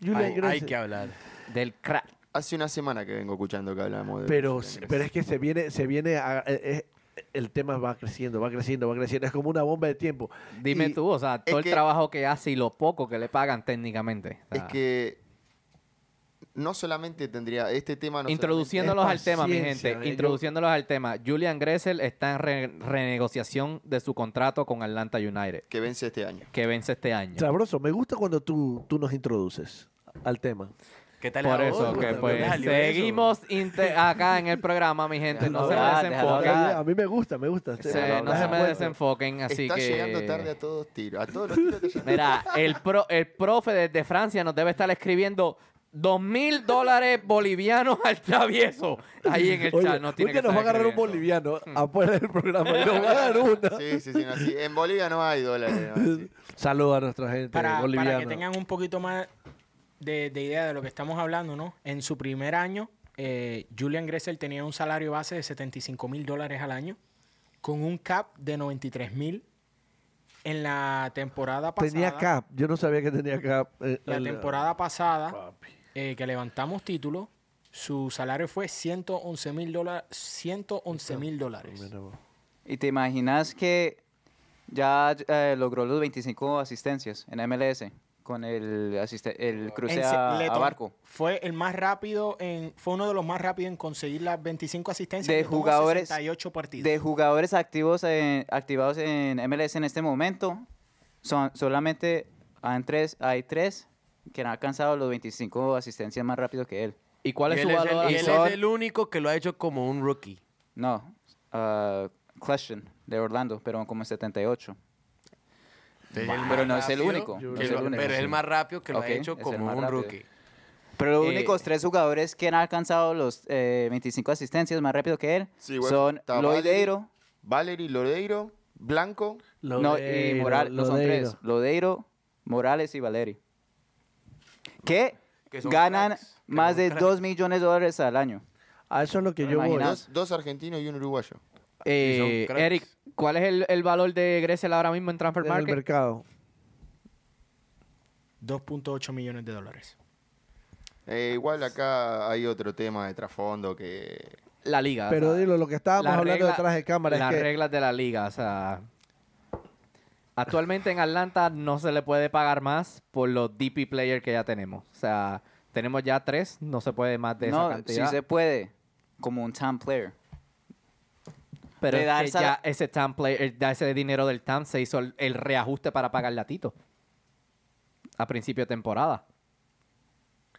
A: Julian
E: Hay, hay que hablar.
B: del crack.
D: Hace una semana que vengo escuchando que hablamos de...
A: pero, pero es que se viene, se viene a- eh, eh, el tema va creciendo, va creciendo, va creciendo. Es como una bomba de tiempo.
B: Dime
A: Y-
B: tú, o sea, todo el
D: que-
B: trabajo que hace y lo poco que le pagan técnicamente. O
D: Es
B: sea,
D: que no solamente tendría este tema... No
B: Introduciéndolos
A: Es
B: al tema, mi
A: paciencia,
B: gente.
A: eh, yo-
B: Introduciéndolos al tema. Julian Gressel está en re- renegociación de su contrato con Atlanta United,
D: solamente- Que vence este año.
B: que vence este año.
A: Sabroso, me gusta cuando tú, tú nos introduces al tema.
E: ¿Qué tal
B: Por
E: la
B: eso,
E: voz?
B: que
E: ¿Dónde
B: pues
E: salió eso?
B: seguimos inte- acá en el programa, mi gente. No se me
C: Déjalo hablar,
B: desenfoquen.
C: Ah, déjalo
A: A mí me gusta, me gusta.
B: Se-
A: Me
B: no
A: das
B: se
A: en
B: me
A: cuenta.
B: desenfoquen, así
D: Está
B: que...
D: llegando tarde a todos tiros. A todos los tiros te llega-
B: Mira, el, pro, el profe desde Francia nos debe estar escribiendo dos mil dólares bolivianos al travieso. Ahí en el
A: Oye,
B: chat. No tiene
A: un
B: que
A: día nos va a
B: estar
A: agarrar un
B: escribiendo.
A: boliviano afuera del programa y nos va a dar una.
D: Sí, sí, sí, no, sí. En Bolivia no hay dólares. no, sí.
A: Saludos a nuestra gente
F: para, para
A: boliviana.
F: que tengan un poquito más de, de idea de lo que estamos hablando, ¿no? En su primer año, eh, Julian Gressel tenía un salario base de 75 mil dólares al año, con un cap de 93 mil. En la temporada pasada.
A: Tenía cap, yo no sabía que tenía cap. eh,
F: La
A: el-
F: temporada pasada, eh, que levantamos título, su salario fue 111 mil dólares. 111 mil dólares.
A: Mira vos.
C: ¿Y te imaginas que ya eh, logró los 25 asistencias en MLS con el, asiste- el cruce
F: En se-
C: a,
F: le
C: a
F: to-
C: barco?
F: Fue el más rápido en, fue uno de los más rápidos en conseguir las 25 asistencias
C: De
F: le tomó
C: jugadores-
F: 68 partidos.
C: De jugadores activos en- activados en MLS en este momento, son, solamente han tres, hay tres que han alcanzado los 25 asistencias más rápido que él.
B: ¿Y cuál es
E: Y
B: su
E: él es
B: valor?
E: el- y
B: Y
E: él
B: son-
E: es el único que lo ha hecho como un rookie.
C: No, ah, Question de Orlando, pero como en 78. Pero no es el único. no
E: Que
C: es
E: lo-
C: el único.
E: pero es el más rápido que lo
C: Ok,
E: ha hecho
C: es el
E: como
C: más
E: un
C: rápido.
E: rookie.
C: Pero los
B: Eh,
C: únicos tres jugadores que han alcanzado los eh, 25 asistencias más rápido que él
D: Sí, bueno,
C: son
D: está
C: Lloyd
D: Valery,
C: Deiro,
D: Valery, Lodeiro, Blanco.
C: no, y
A: Lodeiro,
C: Morales. No son
A: Lodeiro.
C: tres. Lodeiro, Morales y Valeri. Que,
E: Que son
C: ganan
E: cracks, que
C: más
E: son
C: de
E: cracks.
C: 2 millones de dólares al año.
A: A eso es lo que yo voy.
C: Imagina-
D: Dos, dos argentinos y un uruguayo.
B: Eh,
E: Y son cracks.
B: Eric, ¿cuál es el, el valor de Gressel ahora mismo en Transfer
A: En el
B: Market?
A: mercado.
F: 2.8 millones de dólares.
D: Eh, igual acá hay otro tema de trasfondo que
B: La liga. o
A: Pero
B: sea,
A: dilo, lo que estábamos
B: las
A: hablando
B: reglas-
A: detrás de cámara es
B: Las
A: que
B: reglas de la liga, o sea... Actualmente en Atlanta no se le puede pagar más por los DP players que ya tenemos. O sea, tenemos ya tres, no se puede más de esa
C: No, sí
B: cantidad.
C: se puede. Como un time player.
B: Pero
C: de
B: es
C: dar
B: que
C: sal-
B: ya ese TAM play- el- ya ese dinero del TAM se hizo el, el reajuste para pagarle a Tito a principio de temporada.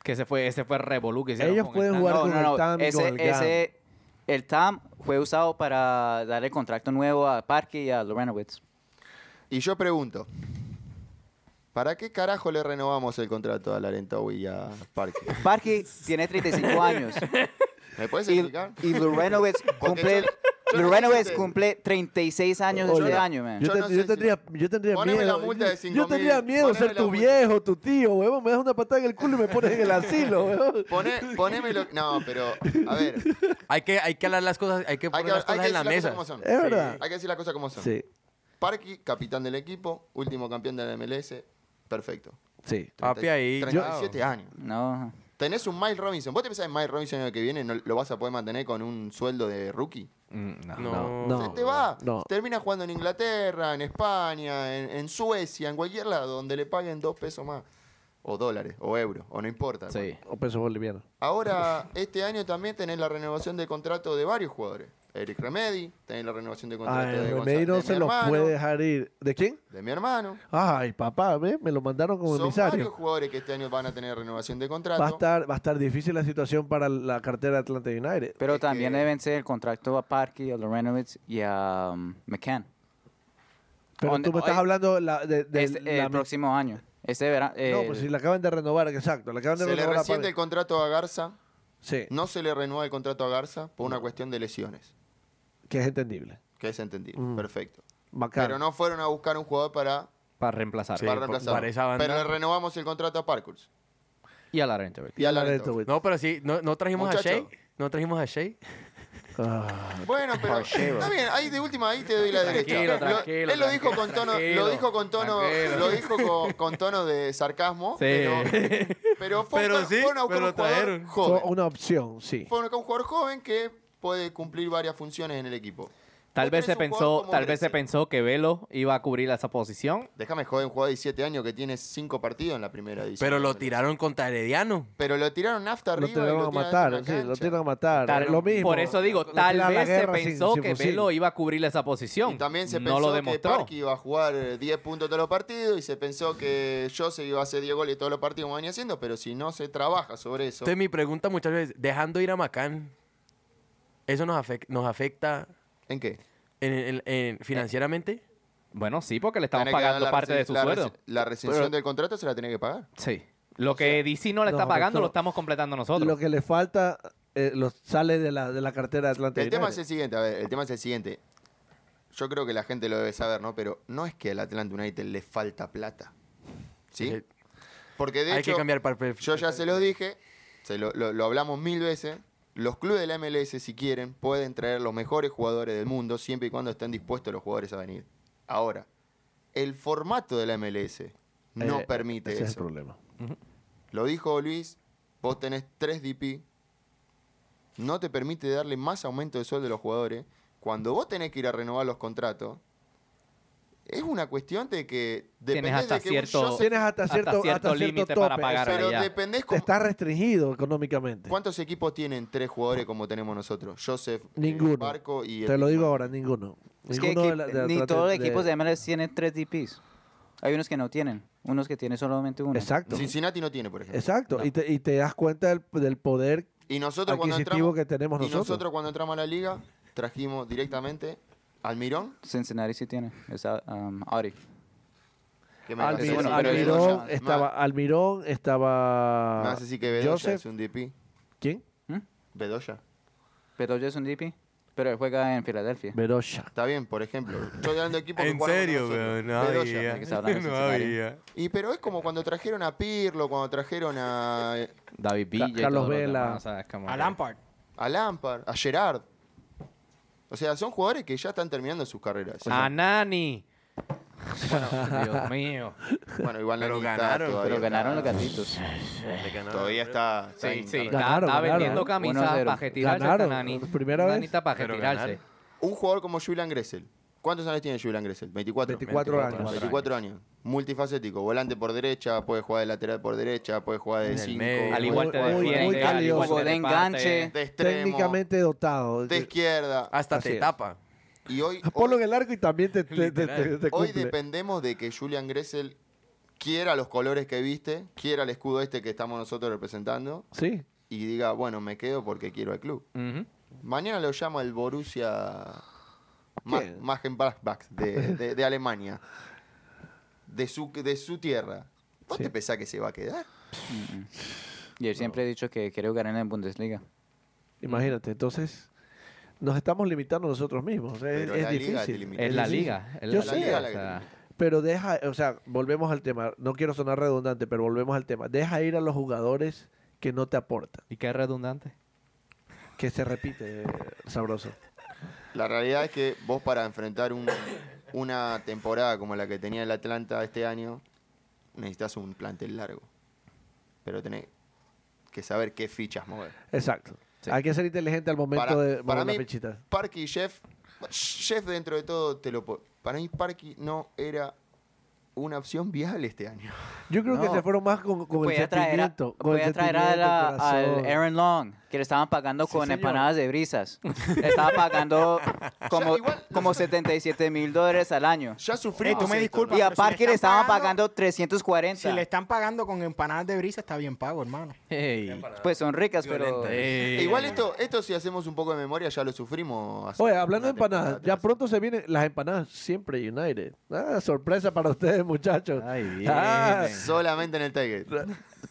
B: Que ese fue, ese fue el revolú que hicieron
A: Ellos
B: con el
A: pueden
B: TAM.
A: jugar
C: No,
A: con
C: no,
A: el
C: no.
A: TAM y
C: ese,
A: con el GAM.
C: ese, el TAM fue usado para dar el contrato nuevo a Parque y a Lorenowitz.
D: Y yo pregunto, ¿para qué carajo le renovamos el contrato a Larentaui y a Parque?
C: Parque tiene 35 años.
D: ¿Me puedes
C: Y,
D: explicar?
C: y Lorenowitz
D: Porque
C: cumple,
D: yo- yo no
C: Lorenowitz
D: sé.
C: cumple 36 años
A: Oye,
C: este año, man.
A: Yo,
D: Yo
A: ten-
D: no
A: yo
D: sé si-
A: tendría, yo tendría
D: Poneme la
A: miedo.
D: multa de
A: yo- yo,
D: 5.000,
A: tendría miedo
D: poneme
A: ser
D: la
A: tu
D: multa.
A: viejo, tu tío, huevón. Me das una patada en el culo y me pones en el asilo, huevón.
D: Poné, ponémelo. No, pero, a ver.
E: Hay que, hay que hablar las cosas, hay que
D: Hay
E: poner
D: que,
E: las
D: hay
E: cosas
D: que decir
E: en la
D: las cosas
E: mesa.
D: como son.
A: Es verdad.
D: Hay que decir las cosas como son.
A: Sí,
D: Parky, capitán del equipo, último campeón de la MLS. Perfecto.
A: sí.
D: Ah.
E: Papi, ahí.
D: 37 años.
C: No.
D: Tenés un Miles Robinson. ¿Vos te pensás en Miles Robinson el año que viene no lo vas a poder mantener con un sueldo de rookie?
B: Mm, no.
E: No,
A: No.
D: Se te va.
A: no.
D: Termina jugando en Inglaterra, en España, en, en Suecia, en cualquier lado donde le paguen dos pesos más. O o dólares, o euros, o no importa.
B: Sí.
A: O pesos bolivianos.
D: Ahora, este año también tenés la renovación de contrato de varios jugadores. Eric Remedy, tenés la renovación de contrato
A: Ay,
D: de
A: el
D: Gonzalo-
A: Remedy no
D: de
A: se
D: mi
A: los
D: hermano,
A: puede dejar ir. ¿De quién?
D: De mi hermano.
A: Ay, papá, ve, me lo mandaron como
D: Son varios
A: emisario.
D: jugadores que este año van a tener renovación de contrato.
A: Va a, estar, va a estar difícil la situación para la cartera de Atlanta United.
C: Pero
D: Es
C: también
D: que-
C: le vence el contrato a Parky, a Lorenovitz y a um, McCann.
A: Pero
C: ¿Dónde-
A: tú me estás
C: oye,
A: hablando la- de, de
C: Este-
A: la-
C: el próximo año. Este verano.
A: No, pues si la acaban de renovar, exacto. La acaban de
D: se le
A: renovar. a
D: resiente
A: Pablo.
D: el contrato a Garza.
A: Sí,
D: No se le renueva el contrato a Garza por una cuestión de lesiones.
A: que es entendible.
D: Que es entendible.
A: Mm.
D: Perfecto.
A: Macán.
D: Pero no fueron a buscar un jugador para,
B: Para reemplazar.
E: Sí.
D: para
E: pa-
D: reemplazarlo.
E: para esa banda.
D: Pero le renovamos el contrato a Parkers.
B: Y a la renta.
D: Y a
A: Laredo,
D: Laredo.
A: güey.
E: No, pero sí, no, no trajimos a
D: Muchacho.
E: Shea. No trajimos a Shea.
A: Ah,
D: Bueno, pero está bien, ahí de última ahí te doy la derecha.
F: Tranquilo,
D: Lo-
F: tranquilo,
D: él lo dijo con tono,
F: tranquilo,
D: lo dijo con tono,
F: tranquilo.
D: lo dijo con, con tono de sarcasmo, pero, pero fue
E: Pero
D: un-
E: sí,
D: fueron a buscar
E: pero
D: un
E: lo
D: jugador
E: trajeron.
A: fue
D: joven.
A: una opción, sí.
D: Fueron a buscar un jugador joven que puede cumplir varias funciones en el equipo.
B: Tal
D: Vos
B: vez
D: tenés
B: se
D: un jugador
B: pensó,
D: como
B: tal vez se
D: Grecia.
B: pensó que Velo iba a cubrir esa posición.
D: Déjame joder, un jugador de 17 años que tiene 5 partidos en la primera división.
E: Pero lo tiraron contra Herediano.
D: Pero lo tiraron
A: Lo
D: hasta arriba. y
A: tiraron a
D: tiran
A: matar,
D: dentro
A: sí,
D: de la
A: lo
D: cancha.
A: tiraron a matar.
B: Tal-
A: lo mismo.
B: Por eso digo,
A: Lo
B: tal
A: tiran a la
B: vez se
A: guerra sin-
B: pensó
A: sin
B: que
A: fusil.
B: Velo iba a cubrir esa posición.
D: Y también se
B: no
D: pensó
B: lo
D: que
B: demostró.
D: Parky iba a jugar eh, 10 puntos todos los partidos y se pensó que Jose iba a hacer 10 goles todos los partidos como venía haciendo, pero si no se trabaja sobre eso,
E: Entonces mi pregunta, muchachos, es, dejando ir a Macán, ¿eso nos, afec- nos afecta
D: ¿en qué?
E: en- en- en-
C: Eh,
E: financieramente?
B: Bueno, sí, porque le estamos
D: Tiene que dar
B: pagando
D: la
B: parte
D: resi-
B: de su
D: la
B: sueldo.
D: resi- La rescisión
B: Pero-
D: del contrato se la tiene que pagar.
B: Sí. Lo que DC no le
A: no,
B: está pagando
A: eso-
B: lo estamos completando nosotros.
A: Lo que le falta eh, los sale de la, de la cartera de Atlanta
D: El tema es
A: United.
D: el siguiente, a ver, el tema es el siguiente. Yo creo que la gente lo debe saber, ¿no? Pero no es que al Atlanta United le falta plata. ¿Sí?
E: Porque
D: Porque de
E: Hay
D: hecho,
E: que cambiar para el
D: yo ya se los dije, se lo, lo- lo hablamos mil veces. Los clubes de la MLS, si quieren, pueden traer los mejores jugadores del mundo siempre y cuando estén dispuestos los jugadores a venir. Ahora, el formato de la MLS no
A: Eh,
D: permite
A: ese es el
D: eso.
A: problema.
D: Lo dijo Luis, vos tenés 3 DP, no te permite darle más aumento de sueldo a los jugadores. Cuando vos tenés que ir a renovar los contratos, es una cuestión de que
B: Tienes
D: dependés
B: hasta
D: de que
B: cierto-
D: yo sé-
A: Tienes hasta
B: hasta
A: cierto,
B: cierto
A: hasta cierto
B: límite
A: tope.
B: para pagar. Claro,
D: pero
B: ya.
D: dependés
A: Te
D: cómo-
A: estás restringido económicamente.
D: ¿Cuántos equipos tienen tres jugadores como tenemos nosotros? Joseph, eh,
A: Ninguno.
D: Barco y... el-
A: Te lo digo ahora, ninguno.
C: Es que
A: Ninguno de
C: equi-
A: la- de
C: ni
A: Atlanta-
C: todos los equipos de MLS tienen tres DPs. Hay unos que no tienen, unos que tienen solamente uno.
A: Exacto.
D: Cincinnati no tiene, por ejemplo.
A: Exacto. Y, te, y te das cuenta del, del poder
D: Y nosotros cuando
A: adquisitivo
D: entramos,
A: que tenemos
D: y
A: nosotros.
D: nosotros cuando entramos a la liga, trajimos directamente al Mirón.
C: Cincinnati sí tiene. Es ah, um, Audi.
D: Que me
A: Almi-
D: parece-
C: bueno, pero
A: Almirón,
C: eso ya-
A: estaba, Almirón estaba.
D: Me hace decir que Bedoya
A: Joseph.
D: es un DP.
A: ¿Quién?
D: Bedoya.
C: Bedoya es un DP, pero él juega en Filadelfia.
A: Bedoya.
D: Está bien, por ejemplo. Estoy hablando de equipos que
E: ¿En
D: jugaron con
E: serio,
D: nosotros.
E: weón? No
D: Bedoya.
E: había.
C: que se habla de
E: No
C: Cincinnati.
E: había.
D: Y pero es como cuando trajeron a Pirlo, cuando trajeron a,
B: David Villa. y
A: Carlos
B: todos los
A: Vela.
B: demás, o sea, es como
F: A
B: que-
F: Lampard.
D: a Lampard, a Gerard. O sea, son jugadores que ya están terminando sus carreras.
B: A
A: Ah,
B: Nani. Bueno, Dios mío.
D: Bueno, igual
E: Pero
D: Nani está
E: ganaron,
D: todavía
C: Pero ganaron los
D: está-
C: gatitos.
E: Le ganaron.
D: Todavía está. está
B: Ah, Sí,
D: en-
B: sí. Está,
A: Ganaron,
B: está
A: ganaron.
B: vendiendo camisas
C: 1-0.
B: para retirarse.
A: Ganaron,
B: está Nani.
A: por primera vez.
B: Nani está para
E: Pero
B: retirarse.
E: ganaron.
D: Un jugador como Julian Gressel. ¿Cuántos años tiene Julian Gressel? 24.
A: 24, años.
D: 24 años. Multifacético. Volante por derecha, puede jugar de lateral por derecha, puede jugar
E: En
D: de
E: el
D: 5.
E: medio.
B: Al igual te
A: Muy- muy
B: defiende, al igual
A: valioso.
B: te
C: De
B: reparte.
C: enganche.
D: De extremo.
A: Técnicamente dotado.
D: De izquierda.
B: Ah.
E: Hasta
A: Así
E: te
A: es.
E: tapa.
D: Y hoy,
A: Ponlo en
D: hoy-
A: el arco y también te, te, te- te- te
D: hoy
A: cumple.
D: dependemos de que Julian Gressel quiera los colores que viste, quiera el escudo este que estamos nosotros representando
A: Sí.
D: y diga, bueno, me quedo porque quiero el club.
B: Ujú.
D: Mañana lo llama el Borussia Ma-
A: ¿Qué?
D: Mönchengladbach de, de- de Alemania, de su, de su tierra. ¿Vos te pensás que se va a quedar?
C: Mm, Y él siempre ha dicho que quiere jugar en la Bundesliga.
A: Imagínate. Entonces, nos estamos limitando nosotros mismos. Es,
D: Pero
A: es
D: la liga te
A: difícil.
D: limita.
B: Es la
A: difícil.
B: liga. es
A: Yo
B: la
A: sé.
B: liga,
D: La
B: o sea,
A: Pero deja, o sea, volvemos al tema. No quiero sonar redundante, pero volvemos al tema. Deja ir a los jugadores que no te aportan.
B: y qué redundante.
A: Que se repite, eh, sabroso.
D: La realidad es que vos para enfrentar un- una temporada como la que tenía el Atlanta este año, necesitas un plantel largo. Pero tenés que saber qué fichas mover.
A: Exacto.
B: Sí.
A: Hay que ser inteligente al momento
D: Para,
A: de
D: para
A: mover la
D: mí,
A: fichita.
D: Parky y Jeff, Jeff dentro de todo te lo po- Para mí Parky no era una opción viable este año.
A: Yo creo que
C: No.
A: se fueron más con, con el
C: Podía traer, a,
A: sentimiento. con el
C: podía traer a
A: sentimiento,
C: la-
A: corazón.
C: al Aaron Long, que le estaban pagando
A: Sí,
C: con
A: señor.
C: empanadas de brisas. Le estaban pagando como,
D: igual-
C: como 77 mil dólares al año.
D: Ya sufrimos.
F: Ey, tú me
D: esto,
F: disculpas.
C: Y a
F: pero si le
C: Parker le
F: están
C: estaban
F: pagando-
C: pagando 340.
F: Si le están pagando con empanadas de brisa, está bien pago, hermano.
B: Hey.
C: Pues son ricas, pero...
E: Violenta, eh.
D: ¿no? E Igual esto, esto si hacemos un poco de memoria ya lo sufrimos. hace
A: Oye, hablando de
D: una temporada
A: empanadas, ya
D: atrás.
A: pronto se vienen las empanadas siempre United. Ah, sorpresa para ustedes, muchachos.
B: Ay, bien.
A: Ah,
D: Solamente en el Tiger.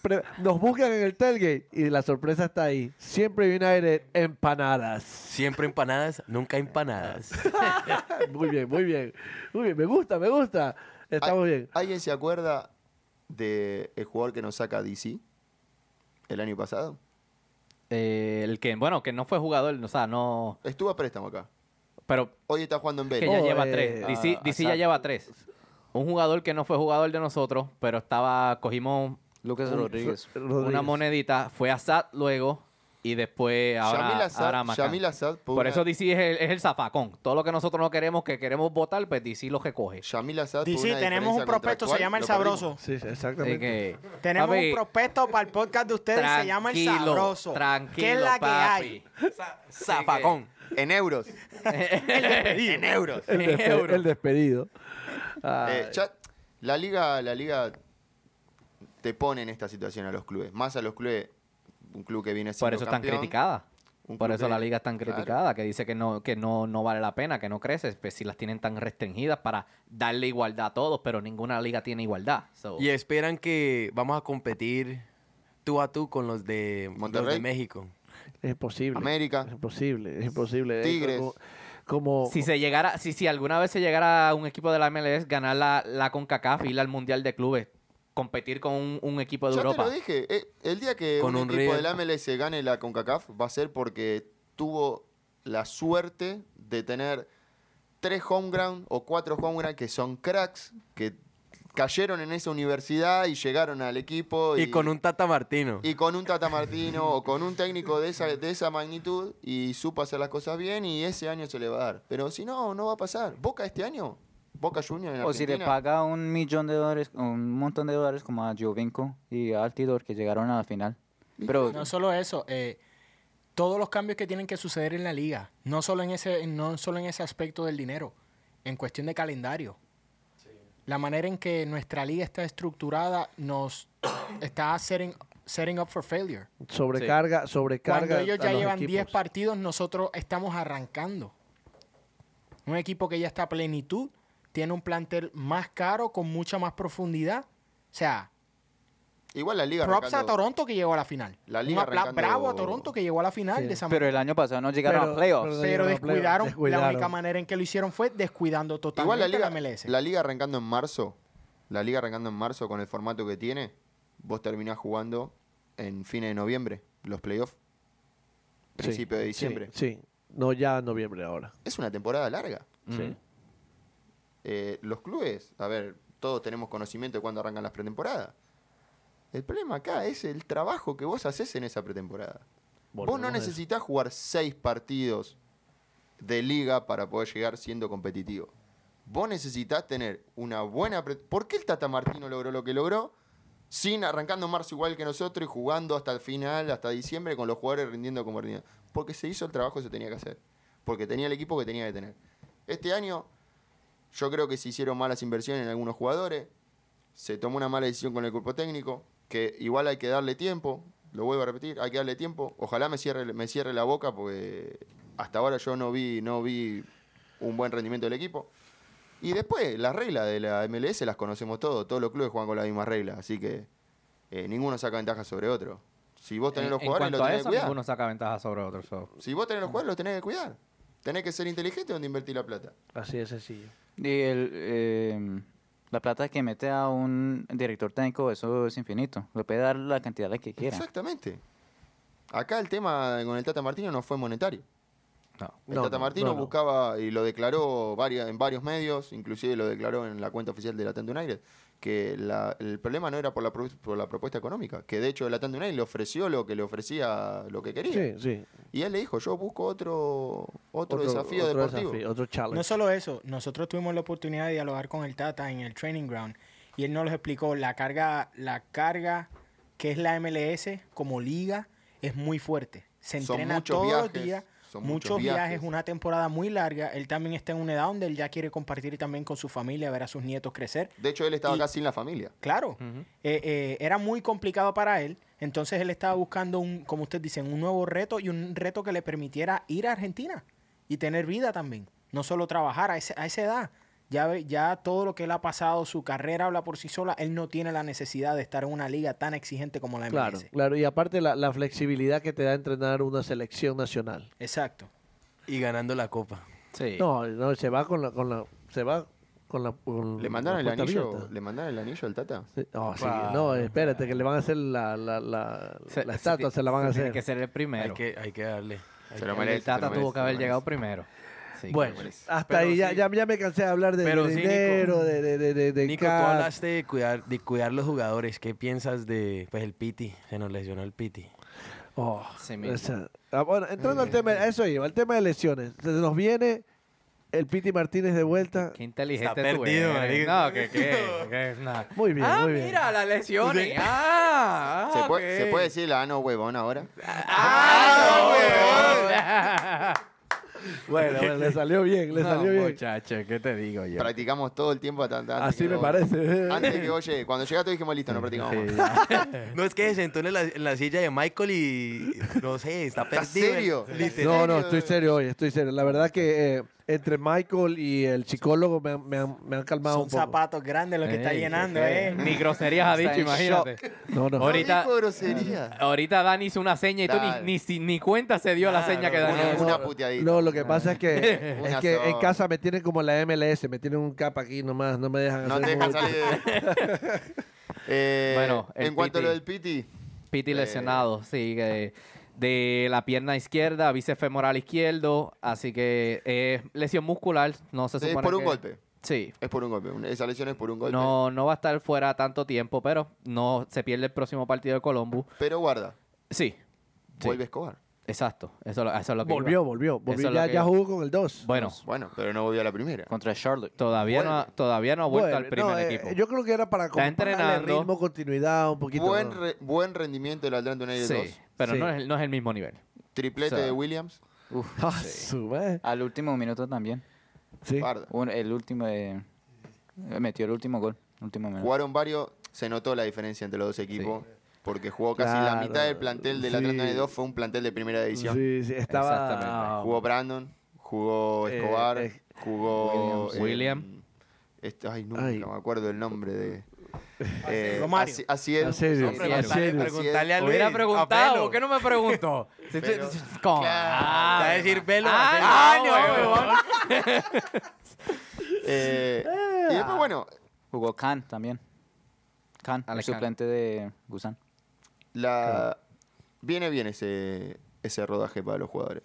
A: pre- nos buscan en el tailgate y la sorpresa está ahí. Siempre United, empanadas.
E: Siempre empanadas, nunca empanadas.
A: Muy bien, muy bien. Muy bien, me gusta, me gusta. Estamos
D: ¿Al-
A: bien.
D: ¿Alguien se acuerda del jugador que nos saca DC el año pasado?
B: Eh, el que, bueno, que no fue jugador, o sea, no.
D: Estuvo a préstamo acá.
B: Pero
D: Hoy está jugando en
B: que
D: Vélez.
B: ya
A: Oh,
B: lleva
A: eh,
B: tres. DC,
C: ah,
B: DC ya
C: exacto.
B: lleva tres. Un jugador que no fue jugador de nosotros, pero estaba, cogimos
C: Lucas Rodríguez.
B: una
A: Rodríguez.
B: monedita, fue a SAT luego y después ahora,
D: Yamil Assad-
B: ahora a Macán.
D: Yamil Assad por
B: Por
D: una-
B: eso DC es el, es el zafacón. Todo lo que nosotros no queremos, que queremos votar, pues DC lo recoge.
D: Yamil Assad por
F: DC,
D: una
F: tenemos
D: diferencia
F: un prospecto, se
D: contractual,
F: llama El
D: lo
F: Sabroso.
D: perdimos.
A: Sí, sí,
B: Así
A: exactamente.
B: que,
F: Tenemos
B: papi,
F: un prospecto para el podcast de ustedes, se llama El
B: tranquilo,
F: Sabroso.
B: Tranquilo,
F: ¿Qué es la
B: papi.
F: que hay?
E: Zapacón.
D: En euros. en euros.
A: El,
B: En
A: despe-
B: euro.
A: el despedido. Ah,
D: Eh, ya- la liga, la liga te pone en esta situación a los clubes. Más a los clubes, un club que viene siendo
B: Por eso están
D: campeón.
B: criticadas.
D: un
B: Por
D: club
B: eso
D: de-
B: la liga es tan
D: claro.
B: criticada, que dice que no, que no, no vale la pena, que no crece, pues, si las tienen tan restringidas para darle igualdad a todos, pero ninguna liga tiene igualdad. So,
E: Y esperan que vamos a competir tú a tú con los de, los de
D: Monterrey.
E: México.
A: Es imposible.
D: América.
A: Es imposible, es imposible. Es
D: Tigres.
A: Como, como-
B: si se llegara, si, si alguna vez se llegara a un equipo de la MLS, ganar la, la CONCACAF, ir al Mundial de Clubes, competir con un, un equipo de
D: Ya
B: Europa.
D: te lo dije. eh, el día que
E: Con
D: un,
E: un
D: equipo
E: River.
D: del MLS gane la CONCACAF va a ser porque tuvo la suerte de tener tres home ground o cuatro home ground que son cracks, que cayeron en esa universidad y llegaron al equipo.
E: Y con un Tata Martino.
D: y con un Tata Martino o con un técnico de esa, de esa magnitud y supo hacer las cosas bien y ese año se le va a dar. Pero si no, no va a pasar. Boca este año, Boca Junior en
C: O si le
D: Argentina.
C: paga un millón de dólares, un montón de dólares como a Jovinko y a Altidor que llegaron a la final. Pero
F: No solo eso, eh, todos los cambios que tienen que suceder en la liga, no solo en ese, no solo en ese aspecto del dinero, en cuestión de calendario. La manera en que nuestra liga está estructurada nos está setting, setting up for failure.
A: sobrecarga, sobrecarga.
F: Cuando ellos
A: a
F: ya
A: los
F: llevan 10
A: equipos.
F: partidos, nosotros estamos arrancando. Un equipo que ya está a plenitud, tiene un plantel más caro, con mucha más profundidad. O sea,
D: Igual la liga
F: props a
D: arrancando-
F: Toronto que llegó a la final.
D: La liga
F: Un apla-
D: arrancando-
F: bravo a Toronto que llegó a la final
A: Sí.
F: de esa
C: pero
F: manera.
C: el año pasado no llegaron
A: Pero-
C: a playoffs.
A: pero-
F: Pero
A: Llegaron a
F: descuidaron,
A: playoff, descuidaron.
F: La única manera en que lo hicieron fue descuidando
D: Igual
F: totalmente
D: la liga,
F: la MLS.
D: la liga arrancando en marzo, la liga arrancando en marzo con el formato que tiene, vos terminás jugando en fines de noviembre, los playoffs,
A: Sí,
D: principio de
A: sí,
D: diciembre.
A: Sí, No, ya noviembre ahora.
D: Es una temporada larga.
A: Sí.
D: Eh, los clubes, a ver, todos tenemos conocimiento de cuándo arrancan las pretemporadas. El problema acá es el trabajo que vos haces en esa pretemporada. vos
A: Volvemos a
D: no
A: eso.
D: necesitas jugar seis partidos de liga para poder llegar siendo competitivo. Vos necesitas tener una buena... pre- ¿Por qué el Tata Martino logró lo que logró? Sin arrancando en marzo igual que nosotros y jugando hasta el final, hasta diciembre, con los jugadores rindiendo como rindiendo. Porque se hizo el trabajo que se tenía que hacer. Porque tenía el equipo que tenía que tener. Este año yo creo que se hicieron malas inversiones en algunos jugadores. Se tomó una mala decisión con el cuerpo técnico, que igual hay que darle tiempo. Lo vuelvo a repetir, hay que darle tiempo. Ojalá me cierre, me cierre la boca, porque hasta ahora yo no vi, no vi un buen rendimiento del equipo. Y después, las reglas de la MLS las conocemos todos. Todos los clubes juegan con las mismas reglas, así que eh, ninguno saca ventaja sobre otro. Si vos tenés
B: en,
D: los
B: en
D: jugadores, los
B: cuanto a
D: tenés que
B: eso,
D: cuidar.
B: ninguno saca ventaja sobre otro. so.
D: Si vos tenés los jugadores, los tenés que cuidar. Tenés que ser inteligente donde invertir la plata.
A: Así de sencillo.
C: Y el, eh, la plata que mete a un director técnico, eso es infinito. Le puede dar la cantidad que quiera.
D: Exactamente. Acá el tema con el Tata Martino no fue monetario. El
A: No,
D: Tata
A: no,
D: Martino
A: no, no.
D: buscaba, y lo declaró varia- en varios medios, inclusive lo declaró en la cuenta oficial del Atlanta United, que la- el problema no era por la, pro- por la propuesta económica, que de hecho el Atlanta United le ofreció lo que le ofrecía, lo que quería.
A: Sí, sí.
D: Y él le dijo, yo busco otro, otro, desafío
A: otro
D: deportivo.
A: desafío, otro challenge.
F: No solo eso, nosotros tuvimos la oportunidad de dialogar con el Tata en el training ground y él nos los explicó. La carga, la carga que es la MLS como liga es muy fuerte. Se
D: Son
F: entrena
D: muchos
F: todos los
D: viajes,
F: días,
D: son
F: muchos,
D: muchos
F: viajes.
D: viajes.
F: una temporada muy larga. Él también está en una edad donde él ya quiere compartir también con su familia, ver a sus nietos crecer.
D: De hecho, él estaba
F: Y-
D: acá sin la familia.
F: Claro, eh, eh, era muy complicado para él. Entonces él estaba buscando, un, como ustedes dicen, un nuevo reto y un reto que le permitiera ir a Argentina y tener vida también. No solo trabajar a, ese- a esa edad. Ya, ve- ya todo lo que él ha pasado, su carrera habla por sí sola. Él no tiene la necesidad de estar en una liga tan exigente como la MLS.
A: Claro, claro. Y aparte la, la flexibilidad que te da entrenar una selección nacional.
F: Exacto.
E: Y ganando la copa.
B: Sí.
A: No, no, se va con la, con la, se va con la. con
D: ¿Le
A: la
D: mandaron el
A: puerta
D: anillo?
A: abierta.
D: ¿Le mandaron el anillo al Tata?
A: Sí, No, sí,
E: Wow.
A: no, espérate, que le van a hacer la, la, la,
B: Se-
A: la
B: se
A: estatua,
B: ti-
A: se la van a
B: tiene
A: hacer.
B: que ser el primero.
E: Hay que, hay que darle. Hay
D: Se
E: que-
D: lo
B: el
D: merece. se
B: Tata
D: lo merece,
B: tuvo que
D: se lo
B: haber
D: merece.
B: llegado primero. Sí,
E: Bueno,
B: que lo merece.
A: Hasta
E: Pero
A: ahí, ya,
E: sí.
A: ya, ya me cansé de hablar de,
E: Pero
A: de
E: sí, Nico.
A: dinero, de, de, de, de, de
E: Nico, tú
A: car-
E: hablaste de cuidar, de cuidar los jugadores. ¿Qué piensas de pues, el Piti? Se nos lesionó el Piti.
A: Oh,
B: Sí, mismo.
A: esa- ah, bueno, entrando al tema, a eso iba, al tema de lesiones. Se nos viene el Piti Martínez de vuelta.
B: Qué inteligente
E: Está
B: tú
E: perdido,
B: eres.
E: marica.
B: No, que Ah, qué. que nada.
A: Muy bien,
B: ah,
A: muy bien.
B: mira, las lesiones. Ah,
D: ¿Se,
B: ah,
D: puede,
B: ok.
D: ¿Se puede decir la ano huevón ahora?
A: ¡Ah, Bueno, bueno, le salió bien, le
B: No,
A: salió bien.
B: muchacho, ¿qué te digo yo?
D: Practicamos todo el tiempo. hasta- hasta antes
A: Así
D: que
A: me
D: vos-
A: parece.
D: Antes que oye, cuando llegaste dijimos listo, no practicamos más.
E: No, es que se sentó en la, en la silla de Michael y no sé, está perdido.
D: ¿Estás serio?
E: Literal.
A: No, no,
D: serio?
A: estoy serio hoy, estoy serio. La verdad que eh, entre Michael y el psicólogo me, han- me han, me han calmado
F: Son
A: un poco.
F: zapatos grandes los que está
B: Ey,
F: llenando,
B: ¿qué?
F: ¿eh?
B: Ni groserías ha
C: Está
B: dicho,
C: en shock.
B: imagínate.
A: No, no.
D: No
B: Ahorita-
D: dijo grosería.
B: Ahorita Dani hizo una seña y tú
D: Dale.
B: ni, ni, si- ni cuenta se dio la
E: Claro,
B: seña que Dani
D: Una,
B: hizo.
D: una puteadita.
A: No, lo que pasa es que, es
D: Una
A: que en
D: sola.
A: casa me tienen como la MLS, me tienen un cap aquí nomás, no me dejan
D: No
A: hacer
D: te dejan
A: movimiento.
D: salir. Eh,
B: Bueno, el
D: en cuanto a lo
B: Piti.
D: del Piti,
B: Piti
D: Eh.
B: lesionado, sí, que de la pierna izquierda, bíceps femoral izquierdo, así que eh, lesión muscular, no se
D: es
B: supone
D: por un
B: que-
D: golpe.
B: Sí.
D: Es por un golpe. Una- Esa lesión es por un golpe.
B: No, no va a estar fuera tanto tiempo, pero no se pierde el próximo partido de Columbus.
D: Pero guarda,
B: Sí, Sí.
D: vuelve a escobar.
B: exacto. Eso, lo- eso es lo que iba.
A: Volvió, volvió, volvió.
B: es
A: Ya,
B: lo que
A: ya
B: yo-
A: jugó con el 2.
B: Bueno,
D: Bueno, pero no volvió a la primera.
C: Contra Charlotte.
B: todavía no, ha- todavía no ha vuelto al primer
A: eh,
B: equipo.
A: Yo creo que era para como para darle
B: entrenando.
A: ritmo, continuidad, un poquito.
D: Buen, re- buen rendimiento del Atlanta United
B: sí,
D: 2.
B: pero
A: Sí.
B: No, es, el- no es el mismo nivel.
D: Triplete
B: O sea,
D: de Williams.
C: Uf,
A: Ah, su madre.
C: al último minuto también.
A: Sí.
D: Parda.
C: Un- el último eh, metió el último gol. Último minuto.
D: Jugaron varios. Se notó la diferencia entre los dos equipos. Porque jugó casi
A: Claro,
D: la mitad del plantel del Atlanta
A: sí.
D: United 2. Fue un plantel de primera división.
A: Sí, sí, estaba.
B: Exactamente.
D: Jugó Brandon. Jugó
A: Eh,
D: Escobar.
A: eh,
D: jugó.
B: Williams.
D: eh,
B: William.
D: este- ay, nunca
A: Ay.
D: me acuerdo el nombre de. Eh,
F: Romario.
D: Asi- Asier.
A: Asier,
D: No,
A: Asier.
D: preguntale-
A: Asier.
D: preguntale
E: a Luis.
B: Hubiera preguntado,
E: apelo.
B: ¿por qué no me preguntó? Si tú-
D: Pero-
B: ¿Cómo?
D: Claro.
E: Te va a
B: Ah,
E: decir velo.
B: Ah,
E: hacer-
B: no, huevón.
D: Eh, y después,
A: Ah.
D: bueno,
C: Jugó Khan también. Khan, el
B: Alex Khan.
C: suplente de Gusan.
D: la... viene bien ese, ese rodaje para los jugadores.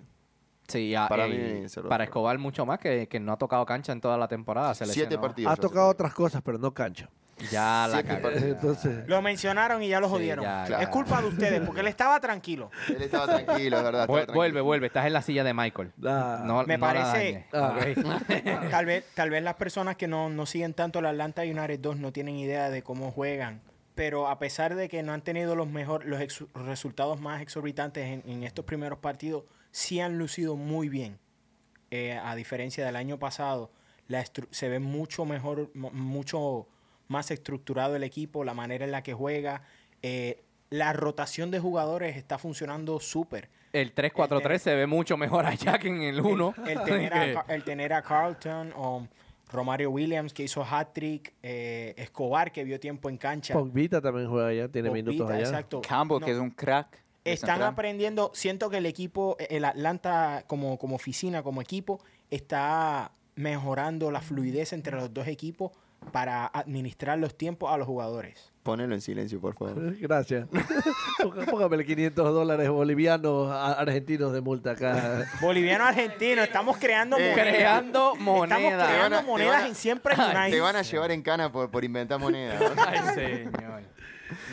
B: Sí, a-
D: Para
B: y
D: mí se lo-
B: para Escobar mucho más que, que no ha tocado cancha en toda la temporada. se
D: Siete
B: lesionó.
D: partidos.
A: Ha
D: ya se
A: tocado
D: perdió.
A: otras cosas, pero no cancha.
B: Ya Ah, la
D: Siete
B: cagó.
D: partidos.
B: Ah,
A: Entonces.
F: Lo mencionaron y ya lo
B: Sí,
F: jodieron.
B: ya,
D: claro.
F: Es culpa de ustedes, porque él estaba tranquilo.
D: Él estaba tranquilo, es verdad.
B: Vuel-
D: estaba tranquilo.
B: Vuelve, vuelve. Estás en la silla de Michael.
A: ah,
B: No,
F: Me
B: no la
F: parece-
B: dañes.
F: tal vez, tal vez las personas que no, no siguen tanto la Atlanta United 2 no tienen idea de cómo juegan. Pero a pesar de que no han tenido los mejor, los ex- resultados más exorbitantes en, en estos primeros partidos, sí han lucido muy bien. Eh, a diferencia del año pasado, la estru- se ve mucho mejor, mu- mucho más estructurado el equipo, la manera en la que juega. Eh, la rotación de jugadores está funcionando súper.
B: El 3-4-3 se ve mucho mejor allá que en el 1.
F: este El, el tener a, Ca- el tener a Carlton o Romario Williams que hizo hat-trick, eh, Escobar que vio tiempo en cancha.
A: Pogvita también juega allá, tiene
F: Popita,
A: minutos allá.
F: exacto.
C: Campbell,
F: No,
C: que es un crack. de
F: Están
C: central.
F: aprendiendo, siento que el equipo, eh, el Atlanta como, como oficina, como equipo, está mejorando la fluidez entre los dos equipos para administrar los tiempos a los jugadores.
D: Ponelo en silencio, por favor.
A: Gracias. Póngame póngamele 500 dólares bolivianos a- argentinos de multa acá.
F: Boliviano argentino, estamos creando
D: Eh,
F: monedas.
B: Creando
F: Estamos
B: moneda.
F: creando
D: Te van a-
F: monedas
D: te van a-
F: en siempre
D: Te
F: United.
D: van a llevar en cana por, por inventar moneda.
B: Ay, señor.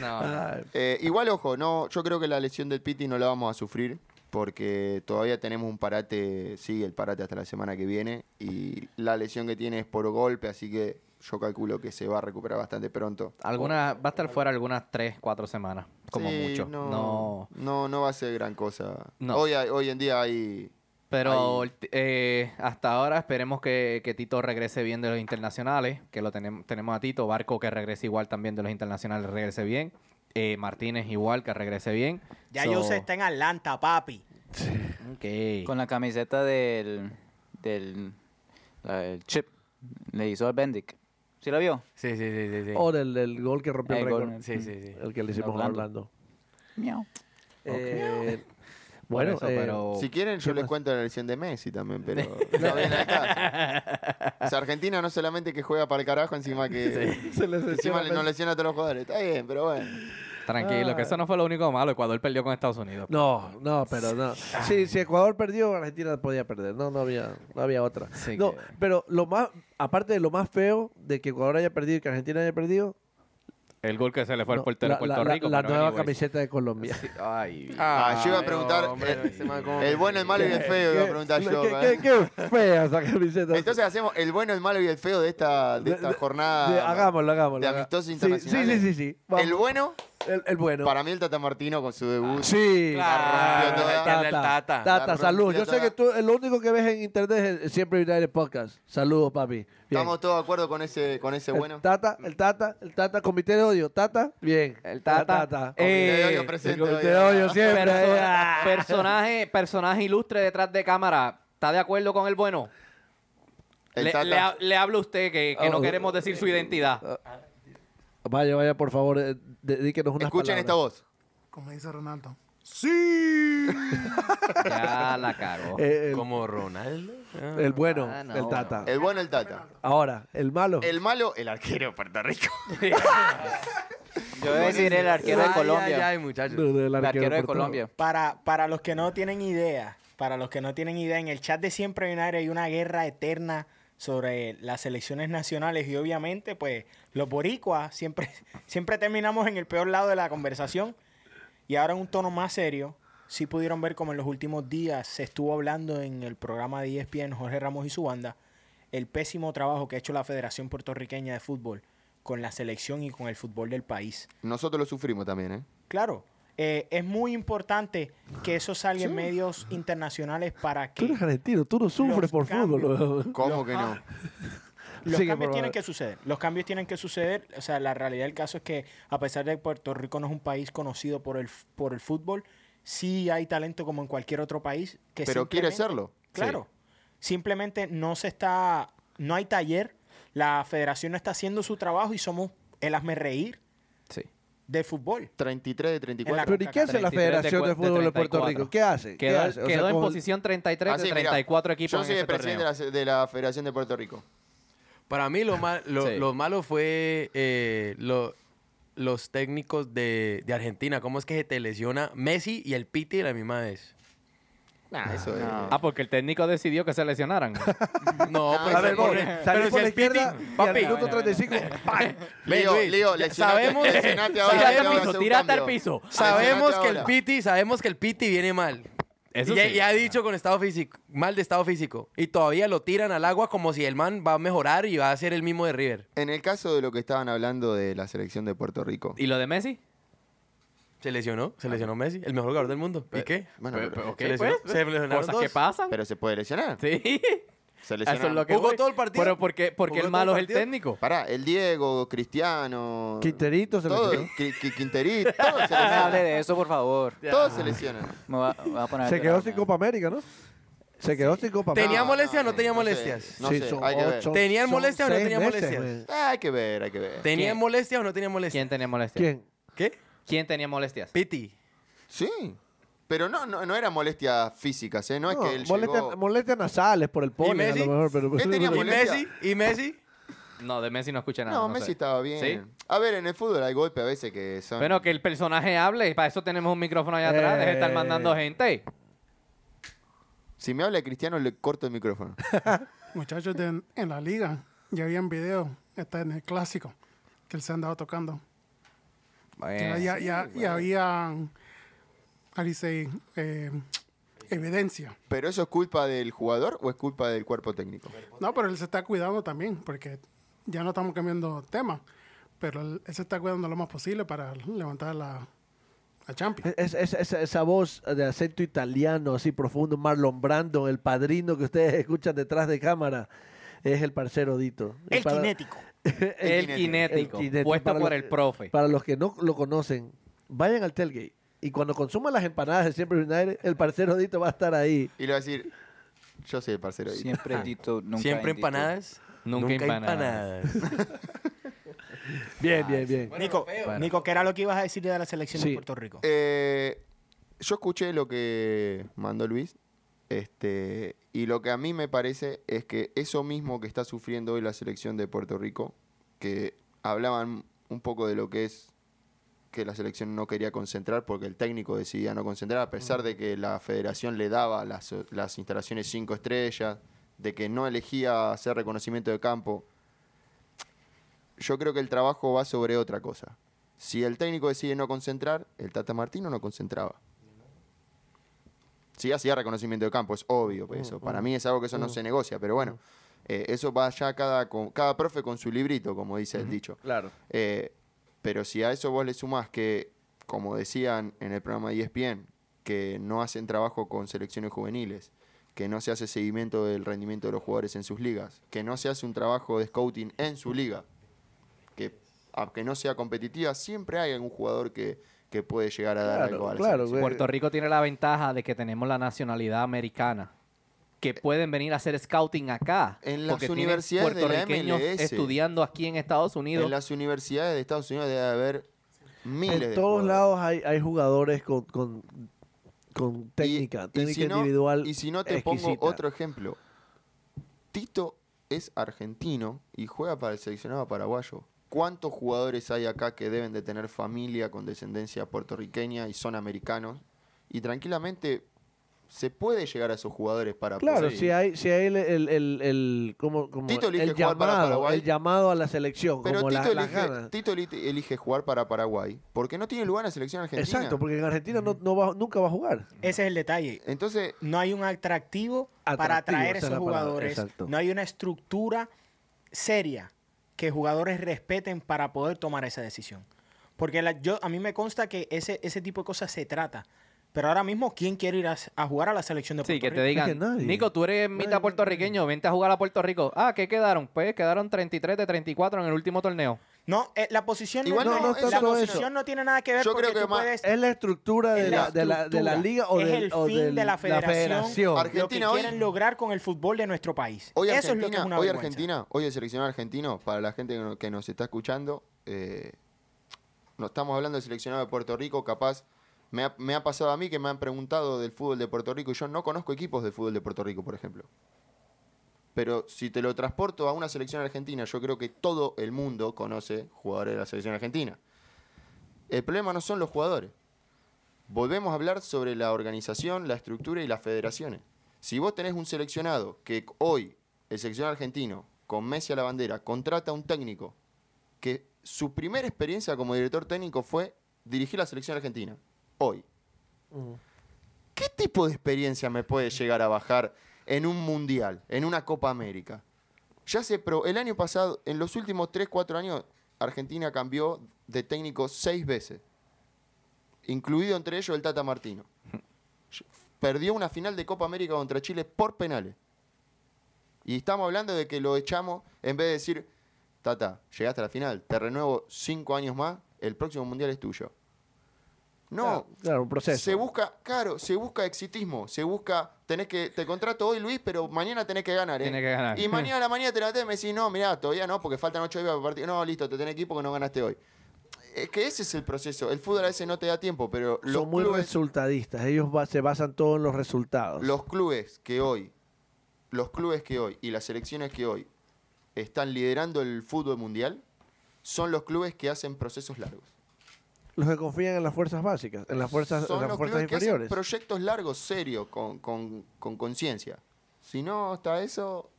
B: No.
A: Ay,
D: Eh, igual, ojo, no, yo creo que la lesión del Piti no la vamos a sufrir porque todavía tenemos un parate, sigue el parate hasta la semana que viene y la lesión que tiene es por golpe, así que yo calculo que se va a recuperar bastante pronto.
B: Alguna, va a estar fuera algunas 3, 4 semanas, como
D: Sí,
B: mucho. No.
D: no, no va a ser gran cosa.
B: No.
D: Hoy, hay- hoy en día hay...
B: Pero el t- eh, hasta ahora esperemos que, que Tito regrese bien de los internacionales, que lo tenemos, tenemos a Tito, Barco que regrese igual también de los internacionales, regrese bien. Eh, Martínez igual que regrese bien.
F: Ya
B: So-
F: yo sé, está en Atlanta, papi.
B: Ok.
C: Con la camiseta del. del. la del chip. Le hizo al Bendic. ¿Sí la vio?
E: Sí, sí, sí, sí. sí.
A: O del, del gol que rompió el,
C: El gol,
A: récord.
E: Sí, sí, sí.
A: El que le hicimos
C: Orlando.
A: hablando.
C: Miau.
A: Eh,
B: Por
A: bueno,
B: eso,
A: eh,
B: pero-
D: Si quieren, yo
A: ¿Qué
D: les
A: más?
D: cuento la elección de Messi también, pero no
B: eh,
D: viene al caso. O sea, Argentina no solamente que juega para el carajo, encima que...
A: se les
D: Encima
A: lesiona
D: le- no
A: Messi.
D: lesiona a todos los jugadores. Está bien, pero bueno.
B: Tranquilo, que eso no fue lo único malo. Ecuador perdió con Estados Unidos.
A: No, no, pero no.
B: Ah.
A: Sí, si Ecuador perdió, Argentina podía perder. No, no había, no había otra.
B: Sí
A: no,
B: que-
A: pero lo más, aparte de lo más feo de que Ecuador haya perdido y que Argentina haya perdido,
B: El gol que se le fue
A: no,
B: al portero de
A: la-
B: Puerto
A: la- la-
B: Rico.
A: la
B: pero
A: nueva
B: anyways.
A: camiseta de Colombia.
B: Sí, Ay,
D: Ah, yo iba a
E: Ay,
D: preguntar,
E: hombre,
D: eh,
E: ese man como-
D: El bueno, el malo y el feo, iba a preguntar yo.
A: ¿Qué,
D: ¿eh?
A: qué- qué fea esa camiseta.
D: Entonces hacemos el bueno, el malo y el feo de esta, de esta
A: De- de-
D: jornada.
A: Sí, hagámoslo, hagámoslo.
D: ah, de
A: haga-
D: amistosos
A: Sí,
D: internacionales.
A: Sí, sí, sí. sí.
D: El
A: Vamos.
D: bueno,
A: El, el bueno.
D: para mí el Tata Martino con su debut.
A: Sí.
E: Claro,
D: rompió toda.
E: dale al Tata.
A: Tata,
D: La
A: salud.
D: rompió
A: Yo sé
D: toda.
A: que tú, eh, lo único que ves en internet es el- siempre United Podcast. Saludos, papi. Bien.
D: Estamos todos de acuerdo con ese, con ese
A: El
D: bueno.
A: Tata, el Tata, el Tata, comité de odio. Tata, bien.
B: El Tata.
D: Con
B: Eh,
D: Video Yo
A: El
D: presente
A: comité de
D: hoy.
A: odio siempre. eh,
B: Persona-
A: ah.
B: personaje, personaje ilustre detrás de cámara. ¿Está de acuerdo con el bueno?
D: El
B: le,
D: Tata.
B: le ha- le habla usted que, que
A: Oh.
B: no queremos decir su identidad.
A: Vaya, vaya, por favor, eh, dedíquenos unas
D: Escuchen esta
A: palabras.
D: voz.
G: como dice Ronaldo.
B: ya la cago.
A: Eh, el,
E: Como Ronaldo. Ah.
A: el bueno,
B: Ah, no.
A: el Tata.
D: El bueno, el Tata.
A: Ahora, el malo.
D: El malo, el arquero de Puerto Rico.
C: Yo voy a decir el arquero de
E: Ay,
C: Colombia.
E: Ay, ay, muchachos.
A: No, del
C: El arquero de
A: Puerto-
C: Colombia.
F: Para, para los que no tienen idea, para los que no tienen idea, en el chat de Siempre United hay una guerra eterna sobre las selecciones nacionales y obviamente, pues, los boricuas siempre, siempre terminamos en el peor lado de la conversación y ahora en un tono más serio. Sí pudieron ver como en los últimos días se estuvo hablando en el programa de E ESPN Jorge Ramos y su banda el pésimo trabajo que ha hecho la Federación Puertorriqueña de Fútbol con la selección y con el fútbol del país.
D: Nosotros lo sufrimos también, ¿eh?
F: Claro. eh, es muy importante que eso salga en medios internacionales para
A: Tú
F: que
A: eres argentino, tú no sufres
F: Los
A: por
F: cambios.
A: fútbol. weón.
D: ¿Cómo que no?
F: los
A: Sigue,
F: cambios
A: por
F: tienen
A: favor.
F: que suceder. Los cambios tienen que suceder. O sea, la realidad del caso es que a pesar de que Puerto Rico no es un país conocido por el, f- por el fútbol, sí hay talento como en cualquier otro país. Que
D: Pero quiere
F: simplemente-
D: serlo.
F: Claro. Simplemente no se está, no hay taller. La federación no está haciendo su trabajo y somos el hazme reír
B: Sí.
F: del fútbol.
D: 33 de 34.
A: Pero ¿y qué hace la
B: 33 de
A: Federación de
B: cua- de
A: Fútbol de Puerto
B: 34.
A: Rico? ¿Qué hace? ¿Qué
B: Quedó,
A: hace? O sea,
B: quedó en
A: como-
B: posición 33
D: Así,
B: de
D: mirá,
B: 34 equipos.
D: Ah, Yo soy
B: en ese
D: el presidente de
B: torneo.
D: la, de la Federación de Puerto Rico.
E: Para mí lo, mal- lo,
B: Sí.
E: lo malo fue eh, lo- los técnicos de, de Argentina. ¿Cómo es que se te lesiona Messi y el Piti la misma vez?
D: Nah, eso es.
C: No.
B: Ah, porque el técnico decidió que se lesionaron.
E: No,
D: Ah,
E: pero,
D: a ver,
E: si-
D: pobre,
A: Salí
E: pero si
A: por la
E: el Piti...
A: izquierda y al
E: Papi,
A: minuto 35. ¡pam!
E: ven,
D: Leo,
E: Luis,
D: Leo,
E: ya
D: lesionate-
E: sabemos,
D: lesionate ahora,
B: Tírate
D: Leo,
B: al
D: hace
B: piso,
D: un
B: tírate al
D: cambio.
B: piso.
E: sabemos
D: Lesionate
E: que el
D: ahora.
E: Piti, sabemos que el Piti viene mal.
B: Eso
E: y ya,
B: sí.
E: ya ha dicho con estado físico, mal de estado físico. Y todavía lo tiran al agua como si el man va a mejorar y va a ser el mismo de River.
D: En el caso de lo que estaban hablando de la selección de Puerto Rico.
B: ¿Y lo de Messi?
E: Se lesionó, se lesionó Messi, el mejor jugador del mundo. ¿Y qué?
D: Bueno,
B: Ah. Pe-
D: pero,
B: pe- ok,
E: se lesionó-
B: pues,
E: se lesionaron
B: Cosas que
E: dos.
B: pasan.
D: pero se puede lesionar.
B: Sí. Eso
D: Se
B: es
D: lesionaron.
B: lo que
E: Jugó
B: voy.
E: todo el partido.
B: Pero ¿por qué, por qué el
E: Jugó todo el
B: malo es el
E: partido.
B: técnico?
D: Pará, el Diego, Cristiano.
A: Quinterito se
D: todo,
A: lesionó.
D: Qui- Qui- Quinterito, todos se
C: No me hable
D: lesionan.
C: de eso, por favor.
D: Todos se lesionan.
C: Me va, me va a poner a
A: Se
C: llorar,
A: quedó sin
C: man.
A: Copa América, ¿no? Se quedó sin Copa América.
E: Tenía
D: No,
E: molestias,
D: no,
E: no tenía
D: no sé.
E: molestias.
D: No
A: Sí,
D: sé,
A: son
D: hay que ver.
A: ocho-
E: ¿Tenían
A: son
E: molestias o no
A: seis
E: tenían
A: meses,
E: molestias?
A: güey.
D: Ah, hay que ver, hay que ver.
E: ¿Tenía
B: ¿Quién?
E: molestias o no tenía molestias?
B: ¿Quién tenía molestias?
A: ¿Quién?
E: ¿Qué?
B: ¿Quién tenía molestias?
E: Piti.
D: Sí. Pero no, no, no eran molestias físicas, ¿eh? No, es que él
A: molestias-
D: llegó...
A: molestias nasales por el polen, a
E: Messi?
A: lo mejor. Pero,
D: Él tenía
E: ¿Y
D: mol- Molestia.
E: Messi? ¿Y Messi?
B: No, de Messi no escuché nada.
D: No,
B: no
D: Messi
B: sé.
D: estaba bien.
B: ¿Sí?
D: A ver, en el fútbol hay golpes a veces que son...
B: Bueno, que el personaje hable. Para eso tenemos un micrófono allá atrás. Deja de estar
A: Eh.
B: mandando gente.
D: Si me habla de Cristiano, le corto el micrófono.
G: Muchachos de- en la liga, ya habían video, está en el clásico, que él se andaba tocando. Ya, ya, ya, ya habían, ahí dice, eh, evidencia.
D: ¿Pero eso es culpa del jugador o es culpa del cuerpo técnico?
G: No, pero él se está cuidando también, porque ya no estamos cambiando tema, pero él, él se está cuidando lo más posible para levantar la, la Champions.
A: E-, Es- es- es- esa voz de acento italiano, así profundo, Marlon Brando, el padrino que ustedes escuchan detrás de cámara, es el parcero Dito. Y
F: El
A: para-
F: kinético.
B: El
D: kinético.
B: kinético,
A: El kinético,
B: puesto
A: para
B: por
A: lo-
B: el profe.
A: Para los que no lo conocen, vayan al tailgate. Y cuando consuman las empanadas de Siempre United, el parcero Dito va a estar ahí.
D: Y le va a decir, yo soy el parcero. Dito".
C: Siempre Tito, nunca
E: Siempre
C: en Tito.
E: empanadas.
B: Nunca empanadas.
E: empanadas.
A: Bien, bien, bien.
F: Nico, Nico, ¿qué era lo que ibas a decir de la selección
A: Sí.
F: de Puerto Rico?
D: Eh, yo escuché lo que mandó Luis. Este, y lo que a mí me parece es que eso mismo que está sufriendo hoy la selección de Puerto Rico, que hablaban un poco de lo que es que la selección no quería concentrar porque el técnico decidía no concentrar, a pesar de que la federación le daba las, las instalaciones cinco estrellas, de que no elegía hacer reconocimiento de campo. Yo creo que el trabajo va sobre otra cosa. Si el técnico decide no concentrar, el Tata Martino no concentraba. Sí, hacía reconocimiento de campo, es obvio pues, eso. Para mí es algo que eso no se negocia, pero bueno, eh, eso va ya cada, co- cada profe con su librito, como dice el dicho.
A: Claro.
D: Eh, pero si a eso vos le sumás que, como decían en el programa de E ESPN, que no hacen trabajo con selecciones juveniles, que no se hace seguimiento del rendimiento de los jugadores en sus ligas, que no se hace un trabajo de scouting en su liga, que aunque no sea competitiva, siempre hay algún jugador que, que puede llegar a dar
A: Claro,
D: algo a la
A: claro,
D: selección.
A: güey.
B: Puerto Rico tiene la ventaja de que tenemos la nacionalidad americana. Que pueden venir a hacer scouting acá.
D: Eh, En las
B: porque tienes
D: universidades de la
B: puertorriqueños
D: MLS.
B: estudiando aquí en Estados Unidos.
D: En las universidades de Estados Unidos debe haber miles
A: En
D: de
A: todos
D: jugadores.
A: lados hay, hay jugadores con, con, con técnica, técnica
D: si no-
A: individual.
D: Y si no te
A: exquisita.
D: pongo otro ejemplo. Tito es argentino y juega para el seleccionado paraguayo. ¿Cuántos jugadores hay acá que deben de tener familia con descendencia puertorriqueña y son americanos? Y tranquilamente se puede llegar a esos jugadores para
A: Claro,
D: poder-
A: si hay, si hay el, el, el, el- como, como
D: pues Tito elige
A: el
D: jugar para
A: llamado,
D: Paraguay.
A: el llamado a la selección,
D: Pero
A: como la-
D: Tito,
A: las
D: elige,
A: ganas.
D: Tito eli- elige jugar para Paraguay porque no tiene lugar en la selección argentina.
A: Exacto, porque en Argentina no, no va- nunca va a jugar.
F: Ese es el detalle.
D: Entonces,
F: No hay un atractivo, para
A: Atractivo,
F: atraer
A: esa es
F: esos
A: la palabra,
F: jugadores.
A: exacto.
F: No hay una estructura seria que jugadores respeten para poder tomar esa decisión. Porque la- yo, a mí me consta que ese, ese tipo de cosas se trata. Pero ahora mismo, ¿quién quiere ir a, a jugar a la selección de
B: Sí,
F: Puerto
B: que te
F: Rico?
B: digan,
A: que nadie.
B: Nico, tú eres mitad puertorriqueño, vente a jugar a Puerto Rico. Ah, ¿qué quedaron? Pues quedaron 33 de 34 en el último torneo.
F: No, eh, la posición,
D: Igual
F: no,
D: no,
F: no-
A: no es
F: la
A: tanto
F: posición
A: eso.
F: no tiene nada que ver
D: Yo
F: porque
D: creo que
F: tú
D: más-
F: puedes-
A: Es la estructura de,
F: Es
A: la, de, la, de la
F: estructura.
A: liga o,
F: es
A: del-
F: el
A: o
F: fin
A: del-
F: de la federación,
A: federación.
D: Arge- Argentina
F: lo
D: hoy-
F: que quieren lograr con el fútbol de nuestro país.
D: Hoy
F: Eso es
D: Argentina,
F: lo que es una
D: hoy
F: vergüenza.
D: Argentina, hoy el seleccionado argentino, para la gente que no- que nos está escuchando, eh, no estamos hablando del seleccionado de Puerto Rico, capaz me ha, me ha pasado a mí que me han preguntado del fútbol de Puerto Rico y yo no conozco equipos de fútbol de Puerto Rico, por ejemplo. Pero si te lo transporto a una selección argentina, yo creo que todo el mundo conoce jugadores de la selección argentina. El problema no son los jugadores. Volvemos a hablar sobre la organización, la estructura y las federaciones. Si vos tenés un seleccionado que hoy, el seleccionado argentino, con Messi a la bandera, contrata a un técnico que su primera experiencia como director técnico fue dirigir la selección argentina, hoy. ¿Qué tipo de experiencia me puede llegar a bajar en un mundial, en una Copa América? Ya se pro, el año pasado, en los últimos 3, 4 años, Argentina cambió de técnico seis veces, incluido entre ellos el Tata Martino. Perdió una final de Copa América contra Chile por penales. Y estamos hablando de que lo echamos en vez de decir, Tata, llegaste a la final, te renuevo cinco años más, el próximo mundial es tuyo. No,
A: Claro, claro, un proceso.
D: se busca, claro, se busca exitismo, se busca, tenés que, te contrato hoy Luis, pero mañana tenés que ganar, ¿eh?
B: Tenés que ganar.
D: Y mañana a la mañana te la tenés, me decís, no, mirá, todavía no, porque faltan ocho días para partido. No, listo, te tenés que ir porque no ganaste hoy. Es que ese es el proceso. El fútbol a veces no te da tiempo, pero los
A: Son muy
D: clubes,
A: resultadistas. Ellos va- se basan todo en los resultados.
D: los clubes que hoy, los clubes que hoy y las selecciones que hoy están liderando el fútbol mundial, son los clubes que hacen procesos largos.
A: Los que confían en las fuerzas básicas, en las fuerzas,
D: son
A: en las
D: los
A: fuerzas
D: clubes que hacen
A: inferiores.
D: proyectos largos, serios, con con- con conciencia. si no, está eso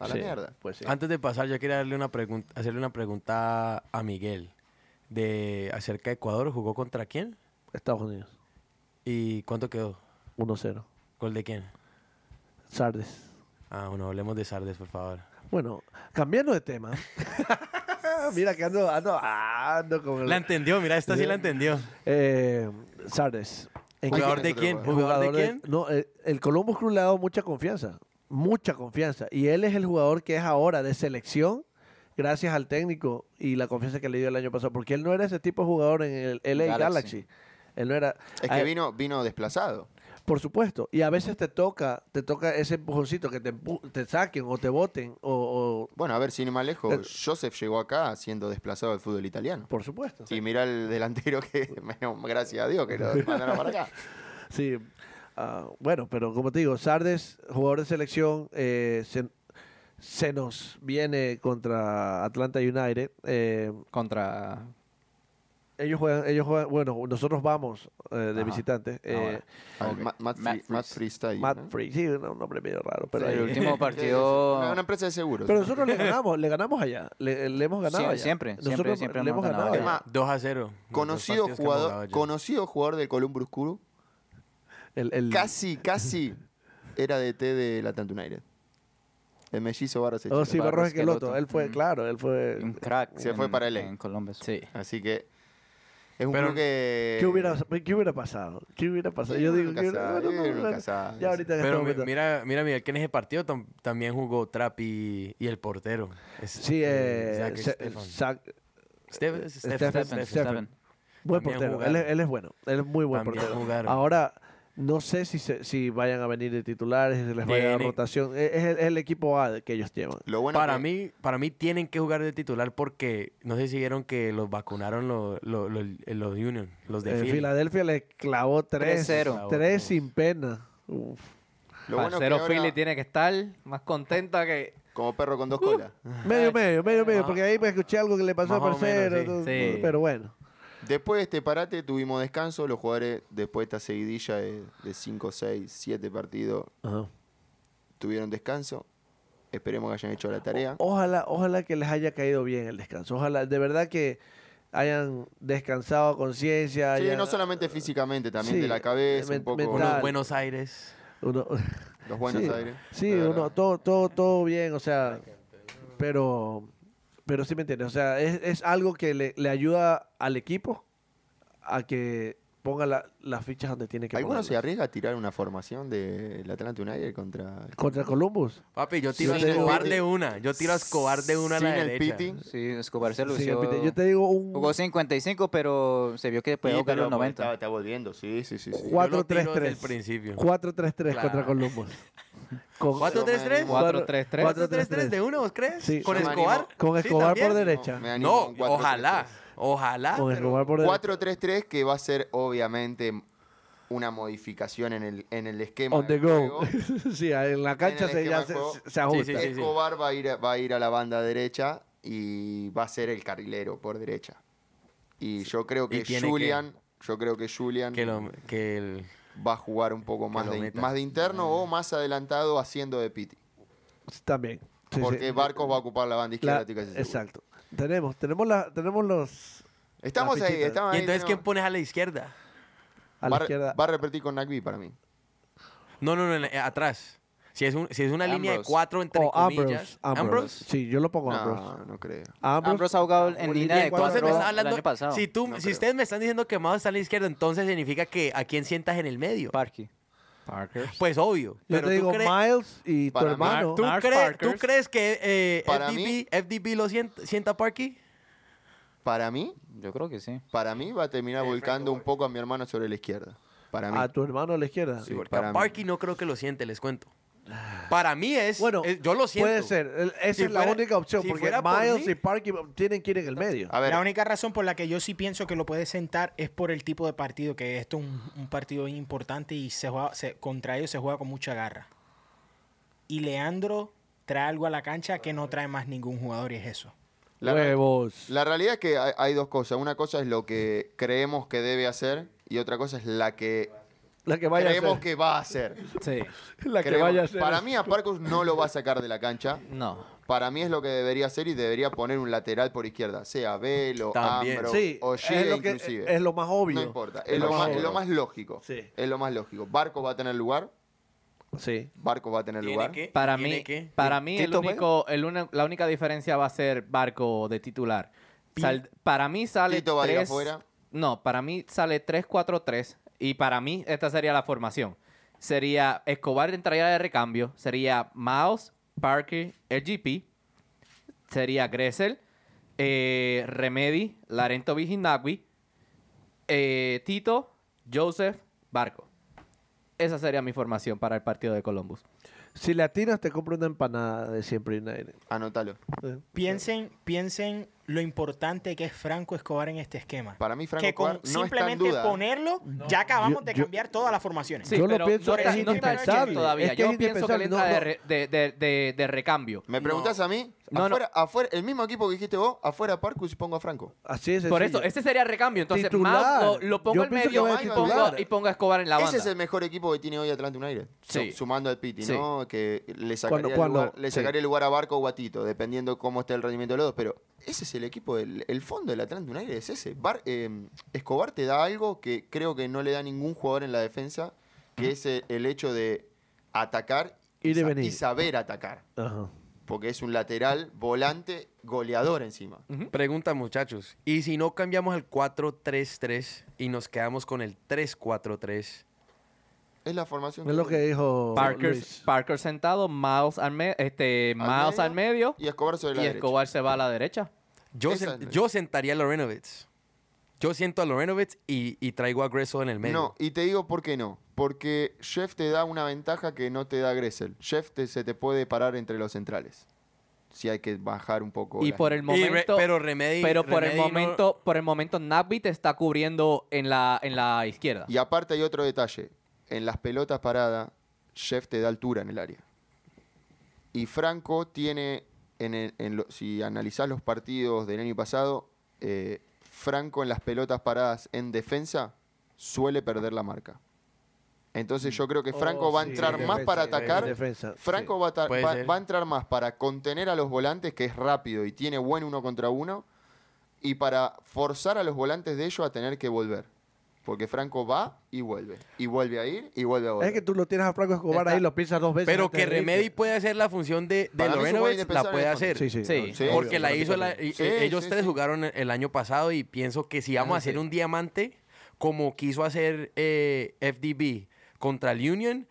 D: a la
A: Sí,
D: mierda.
A: Pues sí.
E: Antes de pasar, yo quería darle una pregunta, hacerle una pregunta a Miguel de acerca de Ecuador. ¿Jugó contra quién?
A: Estados Unidos,
E: ¿Y cuánto quedó?
A: 1-0.
E: ¿Gol de quién?
A: Sardes.
E: Ah, bueno, hablemos de Sardes, por favor.
A: Bueno, cambiando de tema. Mira que ando, ando, ando con el...
E: La entendió, mira, esta sí la entendió.
A: Eh, Sardes. ¿En qué-
E: ¿Jugador de quién? ¿Jugador de quién?
A: No, eh, el Columbus Crew le ha dado mucha confianza. Mucha confianza. Y él es el jugador que es ahora de selección gracias al técnico y la confianza que le dio el año pasado. Porque él no era ese tipo de jugador en el LA Galaxy.
C: Galaxy.
A: Él no era...
D: Es
A: Ah,
D: que vino, vino desplazado.
A: Por supuesto. Y a veces te toca te toca ese empujoncito que te, empu- te saquen o te boten o...
D: Bueno, a ver, sin ir más
A: Eh.
D: lejos, Joseph llegó acá siendo desplazado del fútbol italiano.
A: o- por supuesto.
D: Y mirá el delantero que, menos- gracias a Dios, que lo mandaron para acá.
A: Sí, ah, bueno, pero como te digo, Sardes, jugador de selección, eh, se, se nos viene contra Atlanta United. eh,
B: Contra.
A: ellos juegan, ellos juegan, bueno, nosotros vamos eh, de
B: Ajá.
A: visitantes. Eh,
D: Al
C: Ok.
D: Ma-
C: Matt
D: Matt, Free- Matt
C: Freeze.
D: Free Stadium,
A: Matt
D: ¿no?
A: Free, sí, no, un nombre medio raro, pero,
C: El
A: ahí-
C: último
D: Una,
C: partido.
D: una empresa de seguros.
A: pero nosotros le ganamos, le ganamos allá, le, le hemos ganado
C: Sie-
A: allá.
C: siempre, siempre,
A: Nosotros
C: siempre
A: le
C: hemos
A: hemos ganado.
C: ganado
D: Es
A: allá.
D: más,
E: 2 a 0.
D: conocido jugador, conocido jugador del Columbus Crew,
A: El- el-
D: casi, casi era DT del Atlanta United. El mellizo Barros
A: oh,
D: Echenique.
A: sí, Barros
C: Barros
A: Esqueloto,
C: Esqueloto.
A: él fue,
C: Mm.
A: claro, él fue...
C: Un crack.
D: Se fue
C: en-
D: para LA.
C: En Colombia.
B: Sí.
D: Así que es un
E: Pero-
D: club que...
A: ¿Qué hubiera, ¿Qué hubiera pasado? ¿Qué hubiera pasado? Yo
D: Uno
A: digo,
D: nunca
A: ¿qué hubiera-
D: sabe,
A: bueno,
D: uno
A: no,
D: nunca
A: no,
D: sabe.
A: ya ahorita en este
E: Pero mi-
A: momento.
E: mira, mira, Miguel, que en ese partido tam- también jugó Trap y, y el portero. Es-
A: Sí, eh,
E: Zach
A: Se-
E: Stefan.
A: Zach-
E: Steph- Stephen,
A: Stephen,
E: Stephen.
A: Stephen. buen
E: También
A: portero. Él,
E: jugaron.
A: es- él es bueno. Él es muy buen
E: También
A: portero.
E: jugaron.
A: Ahora, no sé si, se- si vayan a venir de titulares, si les vaya a dar
E: Viene.
A: rotación. Eh, Es, es el, es el equipo A que ellos llevan.
D: Lo bueno eh,
E: Para
D: que-
E: mí, para mí tienen que jugar de titular porque no sé si vieron que los vacunaron los, los, los, los Union, los de
A: Eh,
E: Philly.
A: Filadelfia le clavó 3
C: 3-0.
A: 3 sin pena. Uf.
D: Lo bueno que
B: Cero
D: ahora,
B: Philly tiene que estar más contenta que.
D: como perro
E: Uh.
D: con dos colas.
A: Medio, medio, medio, medio.
E: Más-
A: Porque ahí me escuché algo que le pasó a
E: más o menos,
A: Parcero.
E: sí.
A: no-
B: Sí.
A: Pero bueno.
D: Después de este parate tuvimos descanso, los jugadores después de esta seguidilla de 5, 6, 7 partidos
A: Ajá.
D: tuvieron descanso. Esperemos que hayan hecho la tarea.
A: Ojalá, ojalá que les haya caído bien el descanso. Ojalá, de verdad que hayan descansado a conciencia.
D: Sí,
A: hayan-
D: no solamente físicamente, también
A: oh, sí,
D: de la cabeza,
A: men-
D: un poco
A: mental.
E: Unos
A: Dale.
E: Buenos Aires.
A: uno-
D: los Buenos
A: sí,
D: Aires.
A: Sí,
D: la
A: uno,
D: verdad.
A: todo, todo, todo bien, o sea, pero, pero sí me entiendes, o sea, es, es algo que le, le ayuda al equipo a que ponga la- las fichas donde tiene que
D: ¿Alguno
A: ponerlas.
D: se arriesga a tirar una formación del Atlanta United contra
A: Contra Columbus.
E: Papi, yo tiro
A: Sí,
E: a
A: te digo-
E: Escobar de una. Yo tiro a Escobar de una
D: sin
E: a la
D: el
E: derecha.
D: Piti?
C: Sí, Escobar se
A: Sí,
C: lució.
A: Pete, yo te digo un
C: Jugó 55, pero se vio que podía
D: Sí,
C: jugar
D: pero pues,
C: los 90.
D: Está,
A: Ah,
D: está volviendo, sí, sí, sí. sí.
E: Yo lo tiro
A: 4-3-3.
E: desde el principio.
A: 4-3-3 contra Columbus. Con,
E: 4-3-3.
D: Cuatro-
B: 4-3-3.
E: 4-3-3 de uno, ¿vos crees?
A: Sí.
E: ¿Con
D: Yo me
E: Escobar?
D: animo.
A: con
E: Sí,
A: Escobar por
E: también.
A: derecha.
D: Me animo
E: No,
D: con 4-3-3.
E: ojalá. Ojalá.
A: con Escobar por derecha.
D: 4-3-3 que va a ser obviamente una modificación en el, en el esquema.
A: On the
D: del
A: go.
D: juego.
A: sí, en la cancha
D: el
A: se, ya
D: esquema de
A: se,
D: juego.
A: se ajusta.
E: Sí, sí, sí.
D: Escobar va a, ir a, va a ir a la banda derecha y va a ser el carrilero por derecha. Y yo creo
E: Y
D: que
E: tiene
D: Julian, yo creo que Julian
E: Que, lo- que el-
D: va a jugar un poco más
E: lo
D: de,
E: meta.
D: más de
A: Mm.
D: interno o más adelantado haciendo de Piti.
A: También. Sí,
D: porque
A: sí.
D: Barcos va a ocupar la banda
A: La-
D: izquierda. estoy casi seguro.
A: exacto. Tenemos, tenemos, la, tenemos los
D: Estamos
A: La
D: ahí,
A: fichita.
D: estamos
E: ¿Y
D: ahí.
E: entonces quién
D: tenemos-
E: pones a la izquierda?
A: a
D: va,
A: la izquierda.
D: va a repetir con Nagby para mí.
E: No, no, no, en- eh, atrás. Si es, un- si es una línea de
C: Ambrose.
E: cuatro, entre
A: o Oh, Ambrose,
E: comillas.
A: Ambrose. Sí, yo lo pongo Ambrose.
D: No, no creo.
A: Ambrose.
C: Ambrose ha
A: ah,
C: jugado en línea de
A: Entonces
E: Entonces
C: cuatro
E: me está
C: el
E: hablando.
C: año pasado.
E: Si, tú,
D: No
E: si
D: creo.
E: ustedes me están diciendo que Amado está a la izquierda, entonces significa que a quién sientas en el medio.
C: Parky.
B: Parker.
E: Pues obvio.
A: Yo
E: Pero
A: te digo
E: tú, crees-
A: Miles y tu
D: Para mí,
A: hermano.
E: ¿tú,
B: Lars
E: crees-
B: Parker.
E: tú crees que eh,
D: Para
E: FDB,
D: mí-
E: FDB lo sienta, sienta a Parky?
D: Para mí,
C: Yo creo que sí.
D: para mí va a terminar volcando un poco a mi hermano sobre la izquierda. Para mí.
A: A tu hermano a la izquierda.
D: Sí,
E: Porque
D: para
E: a
D: mí.
E: Parky no creo que lo siente, les cuento. Para mí es.
A: Bueno,
E: es- yo lo siento.
A: Puede ser. El- Esa
E: Si
A: es la
E: fuera-
A: única opción.
E: si
A: porque
E: fuera por
A: Miles
E: mí-
A: y Parky tienen que ir en el medio.
D: A ver,
F: La única razón por la que yo sí pienso que lo puede sentar es por el tipo de partido, que esto es un, un partido bien importante y se juega, se- contra ellos se juega con mucha garra. Y Leandro trae algo a la cancha que no trae más ningún jugador y es eso.
D: la-
A: Huevos.
D: La realidad es que hay, hay dos cosas. Una cosa es lo que creemos que debe hacer y otra cosa es la que
A: La que vaya
D: creemos
A: a ser.
D: que va a hacer.
B: Sí.
A: la que
D: Creemos-
A: vaya a ser.
D: Para mí a Parcus no lo va a sacar de la cancha.
B: No.
D: Para mí es lo que debería hacer y debería poner un lateral por izquierda, sea Velo,
E: También.
D: Ambro,
A: sí,
D: o
A: es lo, que-
D: inclusive.
A: es lo más obvio.
D: No importa, es lo, más, es lo más lógico.
A: Sí.
D: Es lo más lógico. Barco va a tener lugar.
A: Sí.
D: Barco va a tener lugar.
E: que-
B: Para
E: tiene
B: mí,
E: que-
B: para mí el
C: ¿Tito juega?
B: único, el una- la única diferencia va a ser Barco de titular. Sal- para mí sale
D: Tito va a ir
B: tres-
D: afuera.
B: No, para mí sale 3-4-3 y para mí esta sería la formación. Sería Escobar entraría de recambio, sería Miles, Parker, LGP, sería Gressel, eh, Remedy, Larento Viginagui, eh, Tito, Joseph, Barco. Esa sería mi formación para el partido de Columbus.
A: Si le atinas, te compro una empanada de siempre United.
D: Anótalo.
A: Sí.
F: Piensen, piensen lo importante que es Franco Escobar en este esquema.
D: Para mí, Franco
F: que con
D: Escobar no está en
F: simplemente
D: duda. ¿eh?
F: ponerlo, ya acabamos
A: Yo-
F: de
A: yo-
F: cambiar todas las formaciones.
A: Sí. Yo lo pienso
B: no
F: que
B: está-
F: es
B: no está hecho
F: indispensable.
B: todavía.
A: Es que
B: Yo
A: es
B: pienso que le
A: indispensable,
B: entra de,
A: no,
B: re- de- de- de- de recambio.
D: ¿Me preguntás a mí?
B: No, no.
D: afuera, afuera, el mismo equipo que dijiste vos, afuera Parcus y pongo a Franco.
A: Así es.
B: Por eso, ese sería recambio. Entonces,
A: Titular.
B: Mao lo, lo pongo
A: Yo
B: al
A: pienso que
B: medio
D: vaya
B: y pongo,
A: titular.
B: y pongo a Escobar en la banda.
D: Ese es el mejor equipo que tiene hoy Atlanta United. su-
B: Sí.
D: Sumando al Piti,
B: Sí.
D: ¿no? Que le sacaría,
A: Cuando-
D: el,
A: cuando-
D: lugar, le
A: sí.
D: sacaría el lugar a Barco o a Tito, dependiendo cómo esté el rendimiento de los dos. Pero ese es el equipo, del- el fondo del Atlanta United es ese. Bar- eh, Escobar te da algo que creo que no le da ningún jugador en la defensa, que es eh, el hecho de atacar
A: Ir y
D: sa-
A: venir.
D: y saber atacar.
A: Ajá.
D: Porque es un lateral, volante, goleador encima.
E: Pregunta, muchachos. ¿Y si no cambiamos al 4-3-3 y nos quedamos con el 3-4-3?
D: Es la formación.
A: Es lo que dijo
B: Parker,
A: Oh, Luis.
B: Parker sentado, Miles al, me- este,
D: Al
B: Miles
D: medio
B: al medio
D: Y Escobar sobre la
B: y
D: derecha.
B: Escobar se va a la derecha.
E: Yo,
D: Esa
E: sen-
D: es la-
E: yo sentaría a Lorenovitz. Yo siento a Lorenovitz y, y traigo a Gressel en el medio.
D: No, y te digo por qué no. Porque Jeff te da una ventaja que no te da Gressel. Jeff te- se te puede parar entre los centrales. Si hay que bajar un poco.
B: Y
D: las-
B: por el
E: Y re-
B: momento...
E: pero Remedy.
B: pero por el
E: Remedy no-
B: momento, por el momento Nagby te está cubriendo en la, en la izquierda.
D: Y aparte hay otro detalle. En las pelotas paradas, Jeff te da altura en el área. Y Franco tiene, en el- en lo- si analizás los partidos del año pasado, eh, Franco en las pelotas paradas en defensa suele perder la marca. Entonces yo creo que Franco
A: Oh,
D: va a
A: sí,
D: entrar
A: en
D: más
A: defensa,
D: para
A: en
D: atacar.
A: defensa,
D: Franco
A: sí.
D: va, a ta-
E: Puede
D: va-
E: ser.
D: va a entrar más para contener a los volantes, que es rápido y tiene buen uno contra uno, y para forzar a los volantes de ellos a tener que volver. Porque Franco va y vuelve. Y vuelve a ir y vuelve a volver.
A: Es que tú lo tienes a Franco Escobar
B: Está-
A: ahí, lo piensas dos
B: pues,
A: veces.
E: Pero
A: antes
E: que
A: de irte.
E: Remedy puede hacer la función de, de
D: Para mí es un juego
E: Lorenovitz, la
D: indispensable
E: puede
D: en el fondo.
A: Sí,
E: hacer.
A: sí.
B: Sí.
A: no,
D: Sí.
E: Porque
A: obvio,
E: la hizo la-
A: prácticamente.
E: y-
D: Sí,
E: eh, ellos
D: sí,
E: tres
D: sí.
E: jugaron el- el año pasado y pienso que si vamos a hacer un diamante como quiso hacer eh, FDB contra el Union,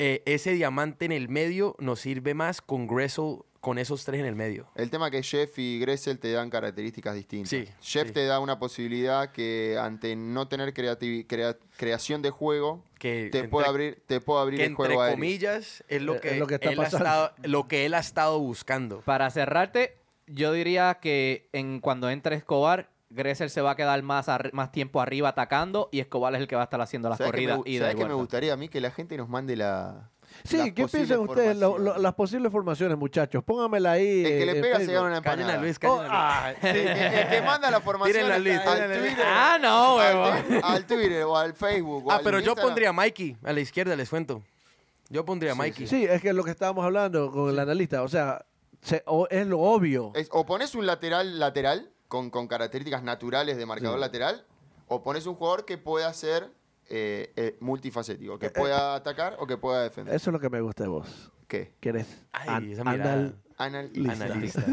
E: eh, ese diamante en el medio nos sirve más con Gressel, con esos tres en el medio.
D: El tema que Jeff y Gressel te dan características distintas.
E: Sí,
D: Jeff
E: sí.
D: te da una posibilidad que ante no tener creativi- crea- creación de juego,
E: Que
D: te
E: entre-
D: puede abrir, te puede abrir
E: que
D: el juego
E: entre
D: aéreo.
E: comillas es lo
A: Eh,
E: que,
A: es lo que está
E: él ha
A: pasando.
E: estado- lo que él ha estado buscando.
B: Para cerrarte, yo diría que en cuando entre Escobar, Gressel se va a quedar más, arri- más tiempo arriba atacando y Escobar es el que va a estar haciendo las
D: ¿Sabés que me
B: corridas
D: gu-
B: y de
D: sabés que me
B: vuelta.
D: gustaría a mí que la gente nos mande la. las
A: Sí, ¿qué
D: posibles
A: piensan ustedes? Lo- lo-
D: formaciones?
A: las eh, posibles formaciones, muchachos. Póngamela ahí.
D: El que le
A: en
D: pega se
A: Facebook.
D: gana una
E: Callen
D: empanada.
E: a Luis,
A: Oh,
E: callen a Luis.
A: ah,
D: El que, el que manda la formación
E: Tírenla,
D: al-
E: Luis,
D: al,
E: tírenla, Luis.
D: Twitter,
B: Ah, no,
D: al,
B: huevón.
D: tu- al Twitter o al Facebook. o
E: Ah,
D: al
E: pero yo
D: Instagram.
E: pondría a Mikey a la izquierda, les cuento. Yo pondría a Mikey.
A: sí, es que es lo que estábamos hablando con el analista. O sea, se- o- es lo obvio.
D: Es- o pones un lateral lateral con, con características naturales de marcador lateral, o pones un jugador que pueda ser eh, eh, multifacético, que pueda atacar o que pueda defender.
A: Eso es lo que me gusta de vos.
D: ¿Qué?
A: Que eres
E: Ay,
A: an-
E: esa mirada.
A: anal-
D: Analista.
E: Analista.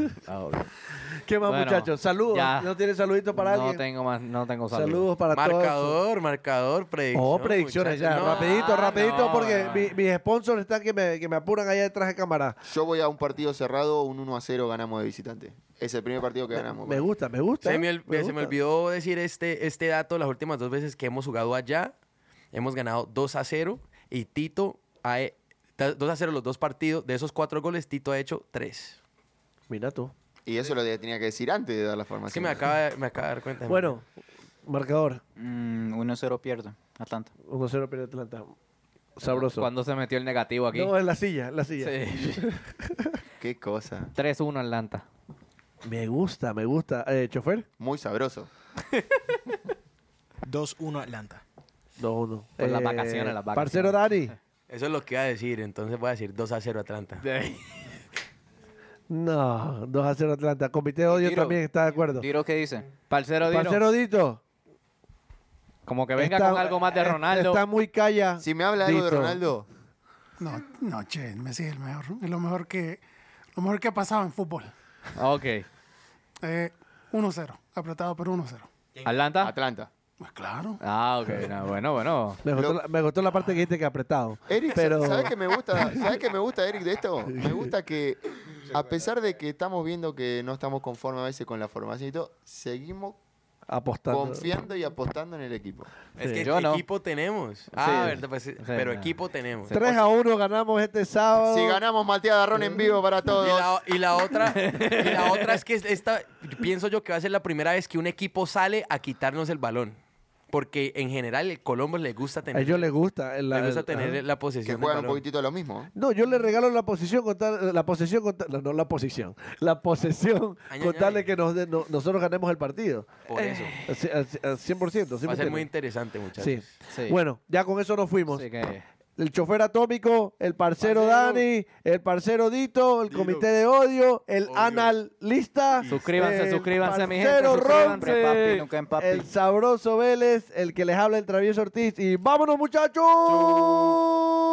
A: ¿Qué más,
B: Bueno,
A: muchachos? Saludos.
B: ya.
A: ¿No tienes saluditos para
B: no
A: alguien?
B: Tengo más, no tengo saludos.
A: Saludos para todos.
E: Marcador, marcador, predicción.
A: Oh, predicciones ya.
E: muchachos. No,
A: rapidito,
E: ah,
A: rapidito,
E: no,
A: porque
E: no.
A: mi- mis sponsors están que me, que me apuran allá detrás de cámara.
D: Yo voy a un partido cerrado, un 1 a 0 ganamos de visitante. Es el primer partido que ganamos.
A: Me gusta, me gusta.
E: Se me, ol- se me
A: gusta.
E: olvidó decir este, este dato las últimas dos veces que hemos jugado allá. Hemos ganado 2 a 0 y Tito ha... he- ta- 2 a 0 los dos partidos. De esos cuatro goles, Tito ha hecho tres.
A: Mira tú.
D: Y eso lo de- tenía que decir antes de dar la formación.
E: Es que me acaba, de- me acaba de dar cuenta.
A: Bueno, marcador.
C: Mm, 1-0 pierdo, Atlanta.
A: 1-0 pierde Atlanta. Sabroso.
B: Cuando se metió el negativo aquí.
A: No, en la silla, en la silla.
B: Sí.
D: Qué cosa.
B: 3-1 Atlanta.
A: Me gusta, me gusta. Eh, ¿Chofer?
D: Muy sabroso.
F: 2-1 Atlanta.
A: 2-1.
B: Por las
A: Eh,
B: vacaciones, las vacaciones.
A: Parcero Dani.
E: Eso es lo que iba a decir. Entonces voy a decir 2 a 0 Atlanta.
A: No, 2 0 Atlanta. Comité de Odio
C: Diro.
A: también está de acuerdo.
C: Diro, ¿qué dice?
B: Parcero Dino,
A: Parcero Dito.
B: como que venga
A: está-
B: con algo más de
A: eh,
B: Ronaldo.
A: Está muy calla.
D: Si me habla algo de
A: Dito.
D: Ronaldo,
G: No, no, che, Messi es el mejor. Es lo mejor que, lo mejor que ha pasado en fútbol.
B: Ah, Ok.
G: Eh, 1-0, apretado por 1-0.
B: ¿Atlanta?
D: Atlanta.
G: Pues claro.
B: Ah, ok. No, bueno, bueno.
A: Me gustó, la, me gustó la parte que dijiste que apretado.
D: Eric,
A: pero
D: ¿sabes qué me gusta? ¿Sabes qué me gusta, Eric, de esto? Me gusta que, a pesar de que estamos viendo que no estamos conformes a veces con la formación y todo, seguimos
A: apostando.
D: confiando y apostando en el equipo.
E: Es
B: Sí,
E: que
B: yo no.
E: equipo tenemos. Ah, verdad, pues sí, pero
B: no.
E: equipo tenemos.
A: 3 a 1 ganamos este sábado.
D: Si ganamos, Matías Darrón en vivo para
E: Y la,
D: todos.
E: y la otra, y la otra es que esta, pienso yo que va a ser la primera vez que un equipo sale a quitarnos el balón. Porque en general el Colombo le gusta
A: a
E: tener,
A: ellos les gusta. el-
E: le gusta
A: el-
E: tener
A: ajá.
E: la
D: Que
E: posesión. del
D: juegan un
E: balón.
D: poquitito lo mismo. ¿eh?
A: No, yo le regalo la posición con tal- la posesión con tal- no, no la posición, la posesión
E: Ay,
A: con
E: ay,
A: tal de
E: ay.
A: que nos de- no- nosotros ganemos el partido.
E: Por eso.
A: Así- así- al 100%. Eh, ¿sí
E: Va a
A: me
E: ser muy
A: entiendes?
E: interesante, muchachos.
A: Sí.
B: Sí.
A: Bueno, ya con eso nos fuimos.
B: Así que,
A: El chofer atómico, el parcero,
E: Parcero.
A: Dani, el parcero Dito, el comité de odio, el
E: Odio.
A: analista.
B: Suscríbanse,
A: eh,
B: suscríbanse, mi gente,
A: parcero
B: suscríbanse,
A: Ronce,
C: papi, nunca en papi.
A: el sabroso Vélez, el que les habla el travieso Ortiz. Y vámonos, muchachos.